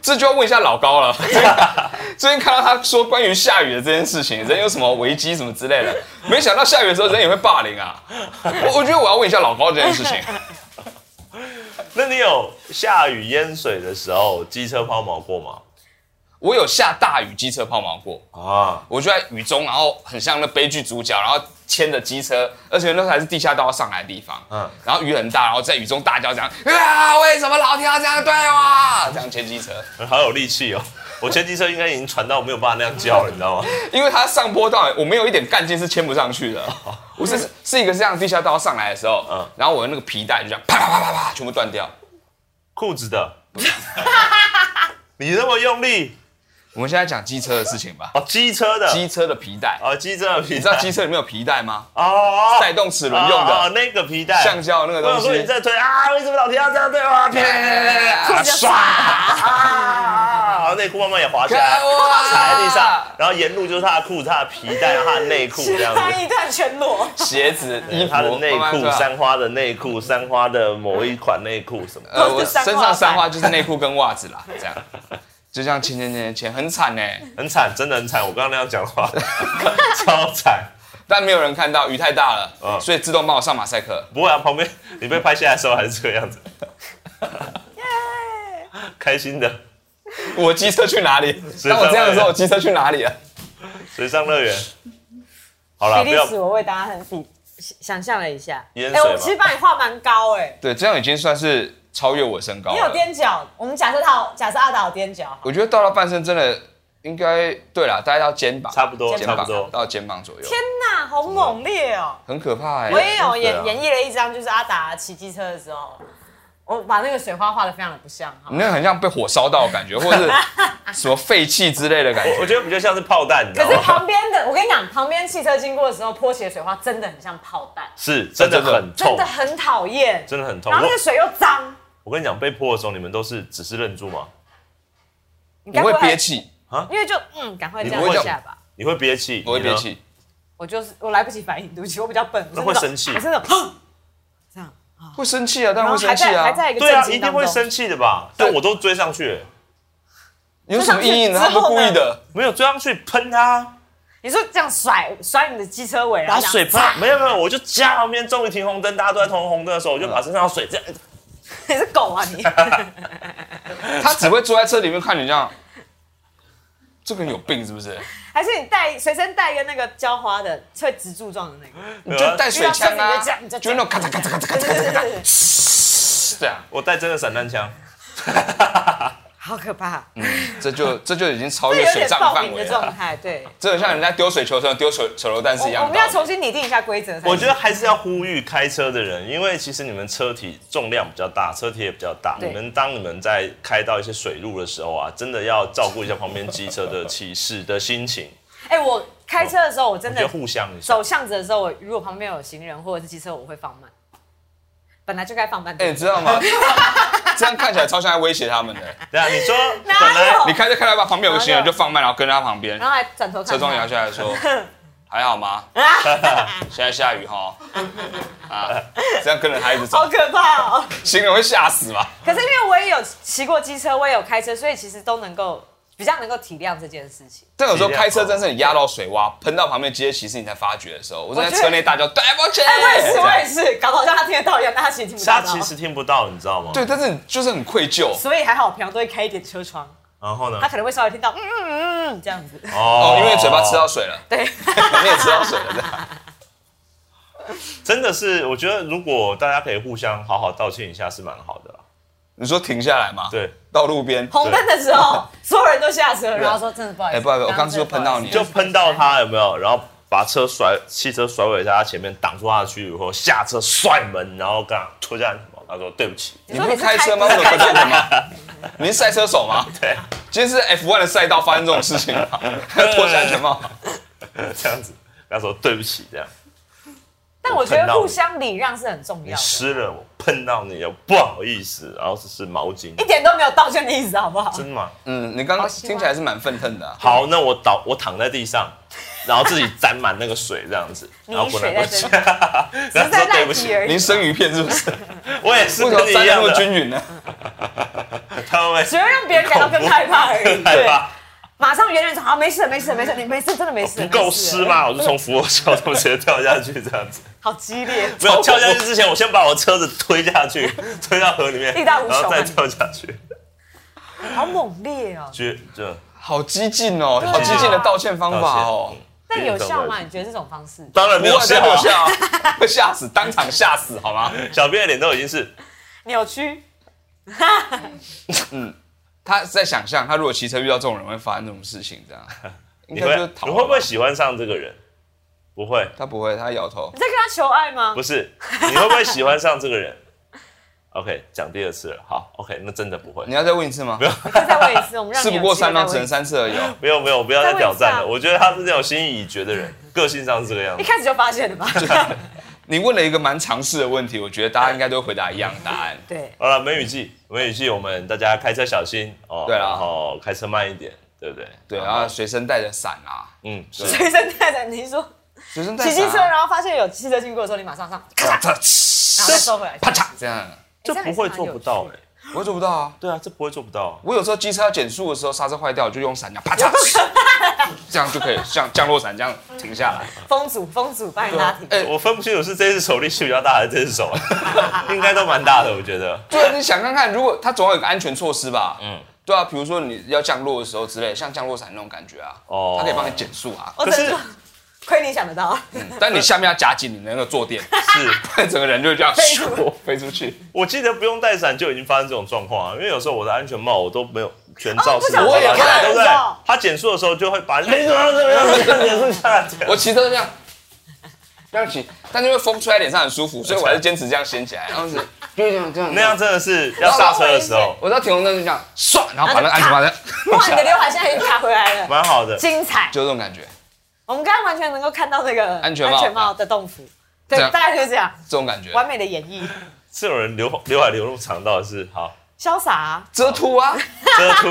[SPEAKER 1] 这就要问一下老 <laughs> 高了。这个最近看到他说关于下雨的这件事情，人有什么危机什么之类的，没想到下雨的时候人也会霸凌啊。我我觉得我要问一下老高这件事情。
[SPEAKER 3] 那你有下雨淹水的时候机车抛锚过吗？
[SPEAKER 1] 我有下大雨机车抛锚过，
[SPEAKER 3] 啊，
[SPEAKER 1] 我就在雨中，然后很像那悲剧主角，然后牵着机车，而且那时候还是地下道要上来的地方，
[SPEAKER 3] 嗯
[SPEAKER 1] 嗯，然后雨很大，然后在雨中大叫这样，啊，为什么老天要这样对我？这样牵机车，
[SPEAKER 3] 好有力气哦！我前机车应该已经传到我没有办法那样叫了，你知道吗？
[SPEAKER 1] 因为它上坡道我没有一点干劲是牵不上去的，我是是一个这样地下道上来的时候，
[SPEAKER 3] 哦嗯
[SPEAKER 1] 嗯，然后我的那个皮带就这样啪啪啪啪啪全部断掉。
[SPEAKER 3] 裤子的，你那么用力
[SPEAKER 1] 我们现在讲机车的事情吧，
[SPEAKER 3] 哦，机车的，
[SPEAKER 1] 机车的皮带，
[SPEAKER 3] 哦，机车的皮带，
[SPEAKER 1] 你知道机车里面有皮带吗？
[SPEAKER 3] 哦哦，
[SPEAKER 1] 带动齿轮用
[SPEAKER 3] 哦哦
[SPEAKER 1] 的
[SPEAKER 3] 那个皮带，
[SPEAKER 1] 橡胶那个东
[SPEAKER 3] 我想说你
[SPEAKER 1] 西。
[SPEAKER 3] 在推啊，为什么老天要这样对我啊？啪
[SPEAKER 1] 啊
[SPEAKER 2] 唰
[SPEAKER 3] 啊！然后内裤慢慢也滑下来
[SPEAKER 1] 看我，
[SPEAKER 3] 踩在地上，然后沿路就是他的裤子、他的皮带、然后他的内裤 <laughs>
[SPEAKER 2] <laughs>
[SPEAKER 3] 这样
[SPEAKER 2] 他
[SPEAKER 3] 子。
[SPEAKER 2] 一段全裸，
[SPEAKER 1] 鞋
[SPEAKER 3] <laughs>
[SPEAKER 1] 子、啊衣服、
[SPEAKER 3] 他的内
[SPEAKER 1] 慢慢
[SPEAKER 3] 裤，
[SPEAKER 1] 穿
[SPEAKER 3] 三花的内裤，三花的某一款内裤什么的。
[SPEAKER 1] 呃，
[SPEAKER 2] 都
[SPEAKER 1] 我
[SPEAKER 2] 是三
[SPEAKER 1] 身
[SPEAKER 2] 花
[SPEAKER 1] 上三
[SPEAKER 2] 吧
[SPEAKER 1] 花就是内裤跟袜子啦，这样，就这样牵牵牵牵牵，很惨呢。欸
[SPEAKER 3] 很惨，真的很惨。我刚刚那样讲话，超惨。
[SPEAKER 1] 但没有人看到，雨太大
[SPEAKER 3] 嗯
[SPEAKER 1] 了，所以自动帮我上马赛克。
[SPEAKER 3] 不会啊，旁边你被拍下来的时候还是这个样子，开心的
[SPEAKER 1] 我机车去哪里？
[SPEAKER 3] 上
[SPEAKER 1] 当我这样的时
[SPEAKER 3] 来
[SPEAKER 1] 候，
[SPEAKER 3] 了
[SPEAKER 1] 我机车去哪里了？
[SPEAKER 3] 水上乐园。好了，
[SPEAKER 2] 比
[SPEAKER 3] 不
[SPEAKER 2] 利
[SPEAKER 3] 要
[SPEAKER 2] 时，我为大家很比想象了一下。
[SPEAKER 3] 淹
[SPEAKER 2] 哎
[SPEAKER 3] 水
[SPEAKER 2] 我
[SPEAKER 3] 吗
[SPEAKER 2] 其实把你画蛮高哎、
[SPEAKER 1] 对，这样已经算是超越我身高
[SPEAKER 2] 你有
[SPEAKER 1] 了。
[SPEAKER 2] 踮脚，我们假设他有假设阿达有踮脚，
[SPEAKER 1] 我觉得到了半身真的应该对啦，大概到肩膀，
[SPEAKER 3] 差不多，
[SPEAKER 1] 肩
[SPEAKER 3] 差不
[SPEAKER 1] 膀
[SPEAKER 3] 多。
[SPEAKER 1] 到肩膀左右，
[SPEAKER 2] 天哪，好猛烈哦、
[SPEAKER 1] 很可怕哎、
[SPEAKER 2] 我也有
[SPEAKER 3] 对啊
[SPEAKER 2] 演演绎了一张，就是阿达骑机车的时候，我把那个水花画的非常的不像哈
[SPEAKER 1] 你。那个很像被火烧到的感觉，或者是什么废气之类的感
[SPEAKER 3] 我
[SPEAKER 1] 觉。
[SPEAKER 3] 觉得比较像是炮弹，你知
[SPEAKER 2] 可
[SPEAKER 3] 道
[SPEAKER 2] 是
[SPEAKER 3] 吗？
[SPEAKER 2] 旁边的，我跟你讲，旁边汽车经过的时候泼起的水花真的很像炮弹，
[SPEAKER 3] 是真的很
[SPEAKER 2] 真
[SPEAKER 3] 痛
[SPEAKER 2] 的，很讨厌。
[SPEAKER 3] 真的很痛。
[SPEAKER 2] 然后那个
[SPEAKER 3] 我
[SPEAKER 2] 水又脏，
[SPEAKER 3] 我跟你讲，被泼的时候你们都是只是愣住吗？
[SPEAKER 2] 你
[SPEAKER 1] 你
[SPEAKER 2] <laughs> 该不
[SPEAKER 1] 会憋，气，
[SPEAKER 2] 因为就嗯，赶快这样
[SPEAKER 1] 你不会
[SPEAKER 2] 一
[SPEAKER 1] 这样
[SPEAKER 2] 下吧。
[SPEAKER 3] 你会憋气，
[SPEAKER 1] 我会
[SPEAKER 3] 你呢
[SPEAKER 1] 憋。气。
[SPEAKER 2] 我就是我来不及反应，对不起，我比较笨。
[SPEAKER 3] 那
[SPEAKER 2] 我是
[SPEAKER 3] 会
[SPEAKER 2] 种
[SPEAKER 3] 生气
[SPEAKER 2] 我是那种这样，
[SPEAKER 1] 会生气啊，当
[SPEAKER 2] 然
[SPEAKER 1] 然
[SPEAKER 2] 后
[SPEAKER 1] 会
[SPEAKER 2] 还
[SPEAKER 1] 生气
[SPEAKER 2] 在还
[SPEAKER 1] 啊。
[SPEAKER 2] 在一个
[SPEAKER 3] 对啊，
[SPEAKER 2] 震惊
[SPEAKER 3] 一定
[SPEAKER 2] 当
[SPEAKER 3] 会
[SPEAKER 2] 中。
[SPEAKER 3] 生气的吧？
[SPEAKER 1] 对
[SPEAKER 3] 但我都追上去，
[SPEAKER 1] 有什么意义呢？
[SPEAKER 2] 就上
[SPEAKER 1] 他
[SPEAKER 2] 去
[SPEAKER 1] 不故意
[SPEAKER 2] 之
[SPEAKER 3] <laughs>
[SPEAKER 1] 的。
[SPEAKER 3] 没有追上去喷他，啊
[SPEAKER 2] 你说这样甩甩你的机车尾，然啊
[SPEAKER 3] 把
[SPEAKER 2] 后这样
[SPEAKER 3] 水
[SPEAKER 2] <laughs>
[SPEAKER 3] 喷。没有没有，我就家旁边终于停红灯，大家都在通红灯的时
[SPEAKER 1] 嗯
[SPEAKER 3] 候，我就把身上的水这样
[SPEAKER 2] 你是狗啊你？ <laughs>
[SPEAKER 1] 他只会坐在车里面看你这样，这个人有病是不是？
[SPEAKER 2] 还是你带随身带一个那个浇花的会植柱状的那个？
[SPEAKER 1] <laughs> 你
[SPEAKER 3] 呃
[SPEAKER 1] 就带水枪
[SPEAKER 2] 遇
[SPEAKER 1] 啊
[SPEAKER 2] 到车子你就这样你就，
[SPEAKER 1] 就
[SPEAKER 2] 这
[SPEAKER 1] 那种
[SPEAKER 2] 样
[SPEAKER 1] 咔嚓咔嚓咔嚓咔嚓
[SPEAKER 2] 对对对对对，
[SPEAKER 1] 这样，
[SPEAKER 3] 我带真的散弹枪，
[SPEAKER 2] <laughs> 好可怕，
[SPEAKER 1] 这就这就已经超
[SPEAKER 2] 这
[SPEAKER 1] 越
[SPEAKER 2] 有
[SPEAKER 1] 水
[SPEAKER 2] 点
[SPEAKER 1] 账
[SPEAKER 2] 暴
[SPEAKER 1] 范
[SPEAKER 2] 民
[SPEAKER 1] 围啊
[SPEAKER 2] 的
[SPEAKER 1] 了
[SPEAKER 2] 状。态。对，
[SPEAKER 1] 这很像人家丢水球的时候丢手手榴弹是
[SPEAKER 2] 我
[SPEAKER 1] 一
[SPEAKER 2] 我
[SPEAKER 1] 样
[SPEAKER 2] 们要
[SPEAKER 1] 的。
[SPEAKER 2] 重新拟定一下规
[SPEAKER 1] 嗯
[SPEAKER 2] 则才行。
[SPEAKER 3] 我觉得还是要呼吁开车的人，因为其实你们车体重量比较大，车体也比较大，
[SPEAKER 2] 对
[SPEAKER 3] 你们当你们在开到一些水路的时候啊，真的要照顾一下旁边机车的骑士的心情，
[SPEAKER 2] 哎，我开车的时候我
[SPEAKER 3] 我
[SPEAKER 2] 真
[SPEAKER 3] 觉得
[SPEAKER 2] 的
[SPEAKER 3] 互相一下。
[SPEAKER 2] 走巷子的时候，我如果旁边有行人或者是机车，我会放慢。本来就该放慢的。
[SPEAKER 1] 哎，你知道吗？ <laughs> 这样看起来超像在威胁他们的。
[SPEAKER 2] <laughs>
[SPEAKER 3] 对啊，你说
[SPEAKER 2] 哪
[SPEAKER 3] 本来
[SPEAKER 2] 有
[SPEAKER 1] 你开车开到一半，旁边有个行人就放慢，然后跟在他旁边
[SPEAKER 2] 然，后还转头看他
[SPEAKER 1] 车窗摇下来
[SPEAKER 2] <laughs>
[SPEAKER 1] 说：“还好吗？现在下雨哈。”啊，这样跟着他一直
[SPEAKER 2] 好
[SPEAKER 1] 走，
[SPEAKER 2] 可怕哦！
[SPEAKER 1] 行人会吓死吧？
[SPEAKER 2] 可是因为我也有骑过机车，我也有开车，所以其实都能够比较能够体谅这件事情。
[SPEAKER 1] 但有时候开车真是你压到水洼，喷到旁边机车骑士，你才发觉的时候，我正在车内大叫对不
[SPEAKER 2] <laughs>
[SPEAKER 1] 起。
[SPEAKER 2] 哎，我也是，
[SPEAKER 1] 这
[SPEAKER 2] 我
[SPEAKER 1] 样
[SPEAKER 2] 也是，搞得好像他听得到一样，但他其实听不到
[SPEAKER 3] 他
[SPEAKER 2] 的哦。
[SPEAKER 3] 其实听不到，你知道吗？
[SPEAKER 1] 对，但是你就是很愧疚。
[SPEAKER 2] 所以还好，我平常都会开一点车窗，
[SPEAKER 3] 然后呢
[SPEAKER 2] 他？可能会稍微听到嗯嗯嗯嗯这样子。
[SPEAKER 3] 哦
[SPEAKER 1] 哦，因为嘴巴吃到水
[SPEAKER 2] <laughs>
[SPEAKER 1] 了，
[SPEAKER 2] 对，
[SPEAKER 1] 你也吃到水了，这样
[SPEAKER 3] 真的是，我觉得如果大家可以互相好好道歉一下是蛮好的啦。
[SPEAKER 1] 你说停下来嘛？，
[SPEAKER 3] 对，
[SPEAKER 1] 到路边，
[SPEAKER 2] 红灯的时候，所有人都下车，然后说真的不好意思，
[SPEAKER 1] 哎不好意思我刚
[SPEAKER 2] 真的
[SPEAKER 1] 是不是喷到你
[SPEAKER 2] 不好
[SPEAKER 3] 就
[SPEAKER 2] 意思
[SPEAKER 3] 喷到他有没有？然后把车甩，汽车甩尾在他前面，挡住他的去路后，下车摔门，然后跟他推下什么？他说对
[SPEAKER 2] <laughs>
[SPEAKER 3] 不起，
[SPEAKER 1] 你不是开车吗？为什么不站着吗？你是赛车手吗？
[SPEAKER 3] <laughs> 对，
[SPEAKER 1] 今天是 F1 的赛道发生这种事情
[SPEAKER 3] <laughs>
[SPEAKER 1] 吗？还要脱下安全帽？
[SPEAKER 3] 这样子，跟他说对不起，这样
[SPEAKER 2] 但我觉得互相礼让是很重
[SPEAKER 3] 你
[SPEAKER 2] 要的，
[SPEAKER 3] 湿了，我碰到你了，不好意思，然后这是毛巾
[SPEAKER 2] 一，点都没有道歉的意思，好不好？
[SPEAKER 3] 真的吗？
[SPEAKER 1] 嗯，你刚刚
[SPEAKER 2] 希望
[SPEAKER 1] 听起来是蛮愤恨的啊。
[SPEAKER 3] 好，那我倒，我躺在地上，然后自己沾满那个水这样子，然后
[SPEAKER 2] 你
[SPEAKER 3] 滚
[SPEAKER 2] 水
[SPEAKER 3] 来
[SPEAKER 2] 在
[SPEAKER 3] 滚去
[SPEAKER 2] 这，，只
[SPEAKER 3] 然 <laughs>
[SPEAKER 2] 是
[SPEAKER 3] 后说
[SPEAKER 2] 在
[SPEAKER 3] 对
[SPEAKER 2] 赖
[SPEAKER 3] 不
[SPEAKER 2] 皮
[SPEAKER 3] 起，
[SPEAKER 2] 而已
[SPEAKER 1] 您。生鱼片是不
[SPEAKER 3] <laughs>
[SPEAKER 1] 是？
[SPEAKER 3] 我也是
[SPEAKER 1] 为什
[SPEAKER 3] 跟
[SPEAKER 1] 么
[SPEAKER 3] 你
[SPEAKER 1] 沾
[SPEAKER 3] 一
[SPEAKER 1] 的
[SPEAKER 3] 样
[SPEAKER 1] 那么
[SPEAKER 3] 的，
[SPEAKER 1] 均匀呢？
[SPEAKER 3] 他们
[SPEAKER 2] 只会让别人感到更害怕
[SPEAKER 3] <laughs>
[SPEAKER 2] 而已。
[SPEAKER 3] 害
[SPEAKER 2] 对，
[SPEAKER 3] 怕
[SPEAKER 2] 马上原谅说好，没事没事没事，你没事真的没事。
[SPEAKER 3] 不够
[SPEAKER 2] 没事
[SPEAKER 3] 湿？嘛，我就从俯卧撑上直接跳下去这样子。
[SPEAKER 2] 好激烈，
[SPEAKER 3] 没有跳下去之前，我先把我车子推
[SPEAKER 2] <laughs>
[SPEAKER 3] 下去，推到河里面，
[SPEAKER 2] 力大无穷啊
[SPEAKER 3] 然后再跳下去，
[SPEAKER 2] 好猛烈哦！
[SPEAKER 3] 绝这
[SPEAKER 1] 好激进哦，
[SPEAKER 2] 啊
[SPEAKER 1] 好激进的道歉方法哦。
[SPEAKER 2] 那你有效吗？？你觉得这种方式？
[SPEAKER 3] 当然
[SPEAKER 1] 不
[SPEAKER 3] 没有
[SPEAKER 1] 会
[SPEAKER 3] 笑
[SPEAKER 1] 没有
[SPEAKER 3] 啊，
[SPEAKER 1] 笑啊，会吓死，当场吓死好吗？
[SPEAKER 3] <laughs> 小编的脸都已经是
[SPEAKER 2] 扭曲，
[SPEAKER 1] 他在想象，他如果骑车遇到这种人会发生这种事情，这样
[SPEAKER 3] <laughs>
[SPEAKER 1] 应
[SPEAKER 3] 你
[SPEAKER 1] 该
[SPEAKER 3] 会
[SPEAKER 1] 就是逃。
[SPEAKER 3] 你会不会？喜欢上这个人？不会，
[SPEAKER 1] 他不会，他摇头
[SPEAKER 2] 你。在跟他求爱吗
[SPEAKER 3] 不？是，你会不会喜欢上这个人？OK，讲第二次了，好，OK，那真的不会
[SPEAKER 1] 你，要再问一次吗？
[SPEAKER 2] 再再问一次，我们让
[SPEAKER 1] 事
[SPEAKER 2] 你
[SPEAKER 1] 不
[SPEAKER 2] 扭
[SPEAKER 1] 过
[SPEAKER 2] 曲再
[SPEAKER 1] 三呢，
[SPEAKER 2] 问一
[SPEAKER 1] 只
[SPEAKER 2] 次
[SPEAKER 1] 能三次而已哦。
[SPEAKER 3] 没有没有，不要
[SPEAKER 2] 再
[SPEAKER 3] 再
[SPEAKER 2] 问一
[SPEAKER 3] 挑战
[SPEAKER 2] 次啊
[SPEAKER 3] 了。我觉得他是那种心意已决的人，个性上是这个样
[SPEAKER 2] 一
[SPEAKER 3] 子。
[SPEAKER 2] 开始就发现了吧？
[SPEAKER 1] 你问了一个蛮常识的问题，我觉得大家应该都会回答一样的答案。
[SPEAKER 2] 对，
[SPEAKER 3] 好了，梅雨季，梅雨季，我们大家开车小心哦，
[SPEAKER 1] 对啊
[SPEAKER 3] 然后开车慢一点，对不对？
[SPEAKER 1] 对，啊然后随身带着伞啊，
[SPEAKER 3] 嗯，是
[SPEAKER 1] 对
[SPEAKER 2] 随身带着，你是说
[SPEAKER 1] 随身带
[SPEAKER 2] 骑
[SPEAKER 1] 伞啊
[SPEAKER 2] 机车，啊然后发现有汽车经过的时候，你马上上，咔嚓，
[SPEAKER 1] 啪
[SPEAKER 2] 然后再
[SPEAKER 1] 嚓，
[SPEAKER 2] 收回来，
[SPEAKER 1] 啪嚓，这样
[SPEAKER 3] 这不会做不到哎、
[SPEAKER 2] 哎
[SPEAKER 1] 我做不到啊。
[SPEAKER 3] 对啊，这不会做不到、啊。
[SPEAKER 1] 我有时候机车要减速的时候，刹车坏掉，我就用伞这样啪嚓，
[SPEAKER 2] <laughs>
[SPEAKER 1] 这样就可以像降落伞这样停下来。
[SPEAKER 2] 这还是蛮有趣的。风阻风阻帮你拉停，
[SPEAKER 1] 哎、
[SPEAKER 3] 我分不清楚是这只手力气比较大，还是这只手，啊 <laughs> 应该都蛮大的，我觉得。
[SPEAKER 1] 对，你想看看，如果它总要有个安全措施吧？
[SPEAKER 3] 嗯
[SPEAKER 1] 嗯，对啊，比如说你要降落的时候之类，像降落伞那种感觉啊，
[SPEAKER 3] 哦
[SPEAKER 1] 哦，它可以帮你减速啊，
[SPEAKER 2] 我
[SPEAKER 3] 可
[SPEAKER 2] 只
[SPEAKER 3] 是
[SPEAKER 2] 能说亏你想得到，啊
[SPEAKER 1] 但你下面要夹紧你那个坐垫， <laughs>
[SPEAKER 3] 是，
[SPEAKER 1] 整个人就这样
[SPEAKER 2] 飞出
[SPEAKER 1] <laughs> 咻飞出去。
[SPEAKER 3] 我记得不用带伞就已经发生这种状况啊，因为有时候我的安全帽我都没有全罩式的
[SPEAKER 2] 哦
[SPEAKER 1] 不
[SPEAKER 3] 我
[SPEAKER 1] 想
[SPEAKER 3] 也
[SPEAKER 1] 戴
[SPEAKER 3] 看，对不对
[SPEAKER 2] 我知道？
[SPEAKER 3] 他减速的时候就会把那个减速下来。
[SPEAKER 1] 我骑车这样，这样骑，但是因为风吹在脸上很舒服，所以我还是坚持这样掀起来，然后是 <laughs> 就是这样这样
[SPEAKER 3] 那样。真的是要刹车的时候，
[SPEAKER 1] 我到停红灯就这样唰，然后把那啊个安 <laughs> 全帽再
[SPEAKER 2] 哇，你的刘海现在已经卡回来了，
[SPEAKER 3] 蛮好的。
[SPEAKER 2] 精
[SPEAKER 1] <laughs>
[SPEAKER 2] 彩！
[SPEAKER 1] 就这种感觉，
[SPEAKER 2] 我们刚刚完全能够看到那个
[SPEAKER 1] 安全帽
[SPEAKER 2] 的动幅，对
[SPEAKER 1] 这，样
[SPEAKER 2] 大概就是这样，
[SPEAKER 1] 这种感觉，
[SPEAKER 2] 完美的演绎，
[SPEAKER 3] 这种人留刘海留那么长到底是好
[SPEAKER 2] 潇洒、啊。 <laughs>
[SPEAKER 1] 遮秃啊， <laughs>
[SPEAKER 3] 遮秃。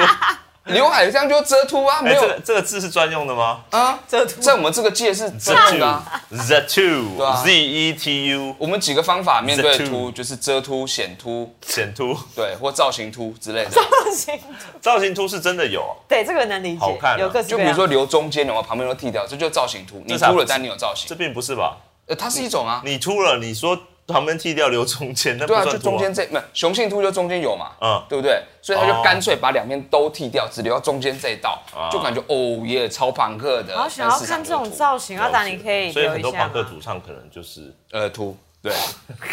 [SPEAKER 1] 刘海这样就遮秃啊，
[SPEAKER 3] 哎、
[SPEAKER 1] 没
[SPEAKER 3] 这
[SPEAKER 1] 有
[SPEAKER 3] 个这个字是专用的吗
[SPEAKER 1] 啊，
[SPEAKER 2] 遮秃
[SPEAKER 1] 在我们这个界是遮秃的啊。
[SPEAKER 3] ？The two
[SPEAKER 1] 啊
[SPEAKER 3] Z E T U
[SPEAKER 1] 我们几个方法面对
[SPEAKER 3] The two
[SPEAKER 1] 秃，就是遮秃、显秃，
[SPEAKER 3] 显秃
[SPEAKER 1] 对，或造型秃之类的。
[SPEAKER 2] 行
[SPEAKER 3] 造型秃是真的有啊、
[SPEAKER 2] 对，这个能理解，
[SPEAKER 3] 好看啊
[SPEAKER 2] 有各式
[SPEAKER 1] 就比
[SPEAKER 2] 各
[SPEAKER 1] 如
[SPEAKER 2] 样。
[SPEAKER 1] 说留中间的话，旁边都剃掉，这就是造型秃。你
[SPEAKER 3] 是啊
[SPEAKER 1] 秃了，但你有造型
[SPEAKER 3] 这，并不是吧？
[SPEAKER 1] 呃，它是一种啊。
[SPEAKER 3] 你秃了，你说旁边剃掉留中间，那不
[SPEAKER 1] 对啊，
[SPEAKER 3] 算秃、
[SPEAKER 1] 就中间这，不是雄性秃就中间有嘛，
[SPEAKER 3] 嗯
[SPEAKER 1] 嗯，对不对？所以他就
[SPEAKER 3] 哦啊
[SPEAKER 1] 干脆把两边都剃掉，只留到中间这一道，就感觉哦耶，超朋克的。
[SPEAKER 2] 好想要看这种造型，阿达你可以
[SPEAKER 3] 啊所以
[SPEAKER 2] 留
[SPEAKER 3] 很
[SPEAKER 2] 一
[SPEAKER 3] 多
[SPEAKER 2] 下
[SPEAKER 3] 朋克
[SPEAKER 2] 吗？
[SPEAKER 3] 主唱可能就是
[SPEAKER 1] 呃秃，对，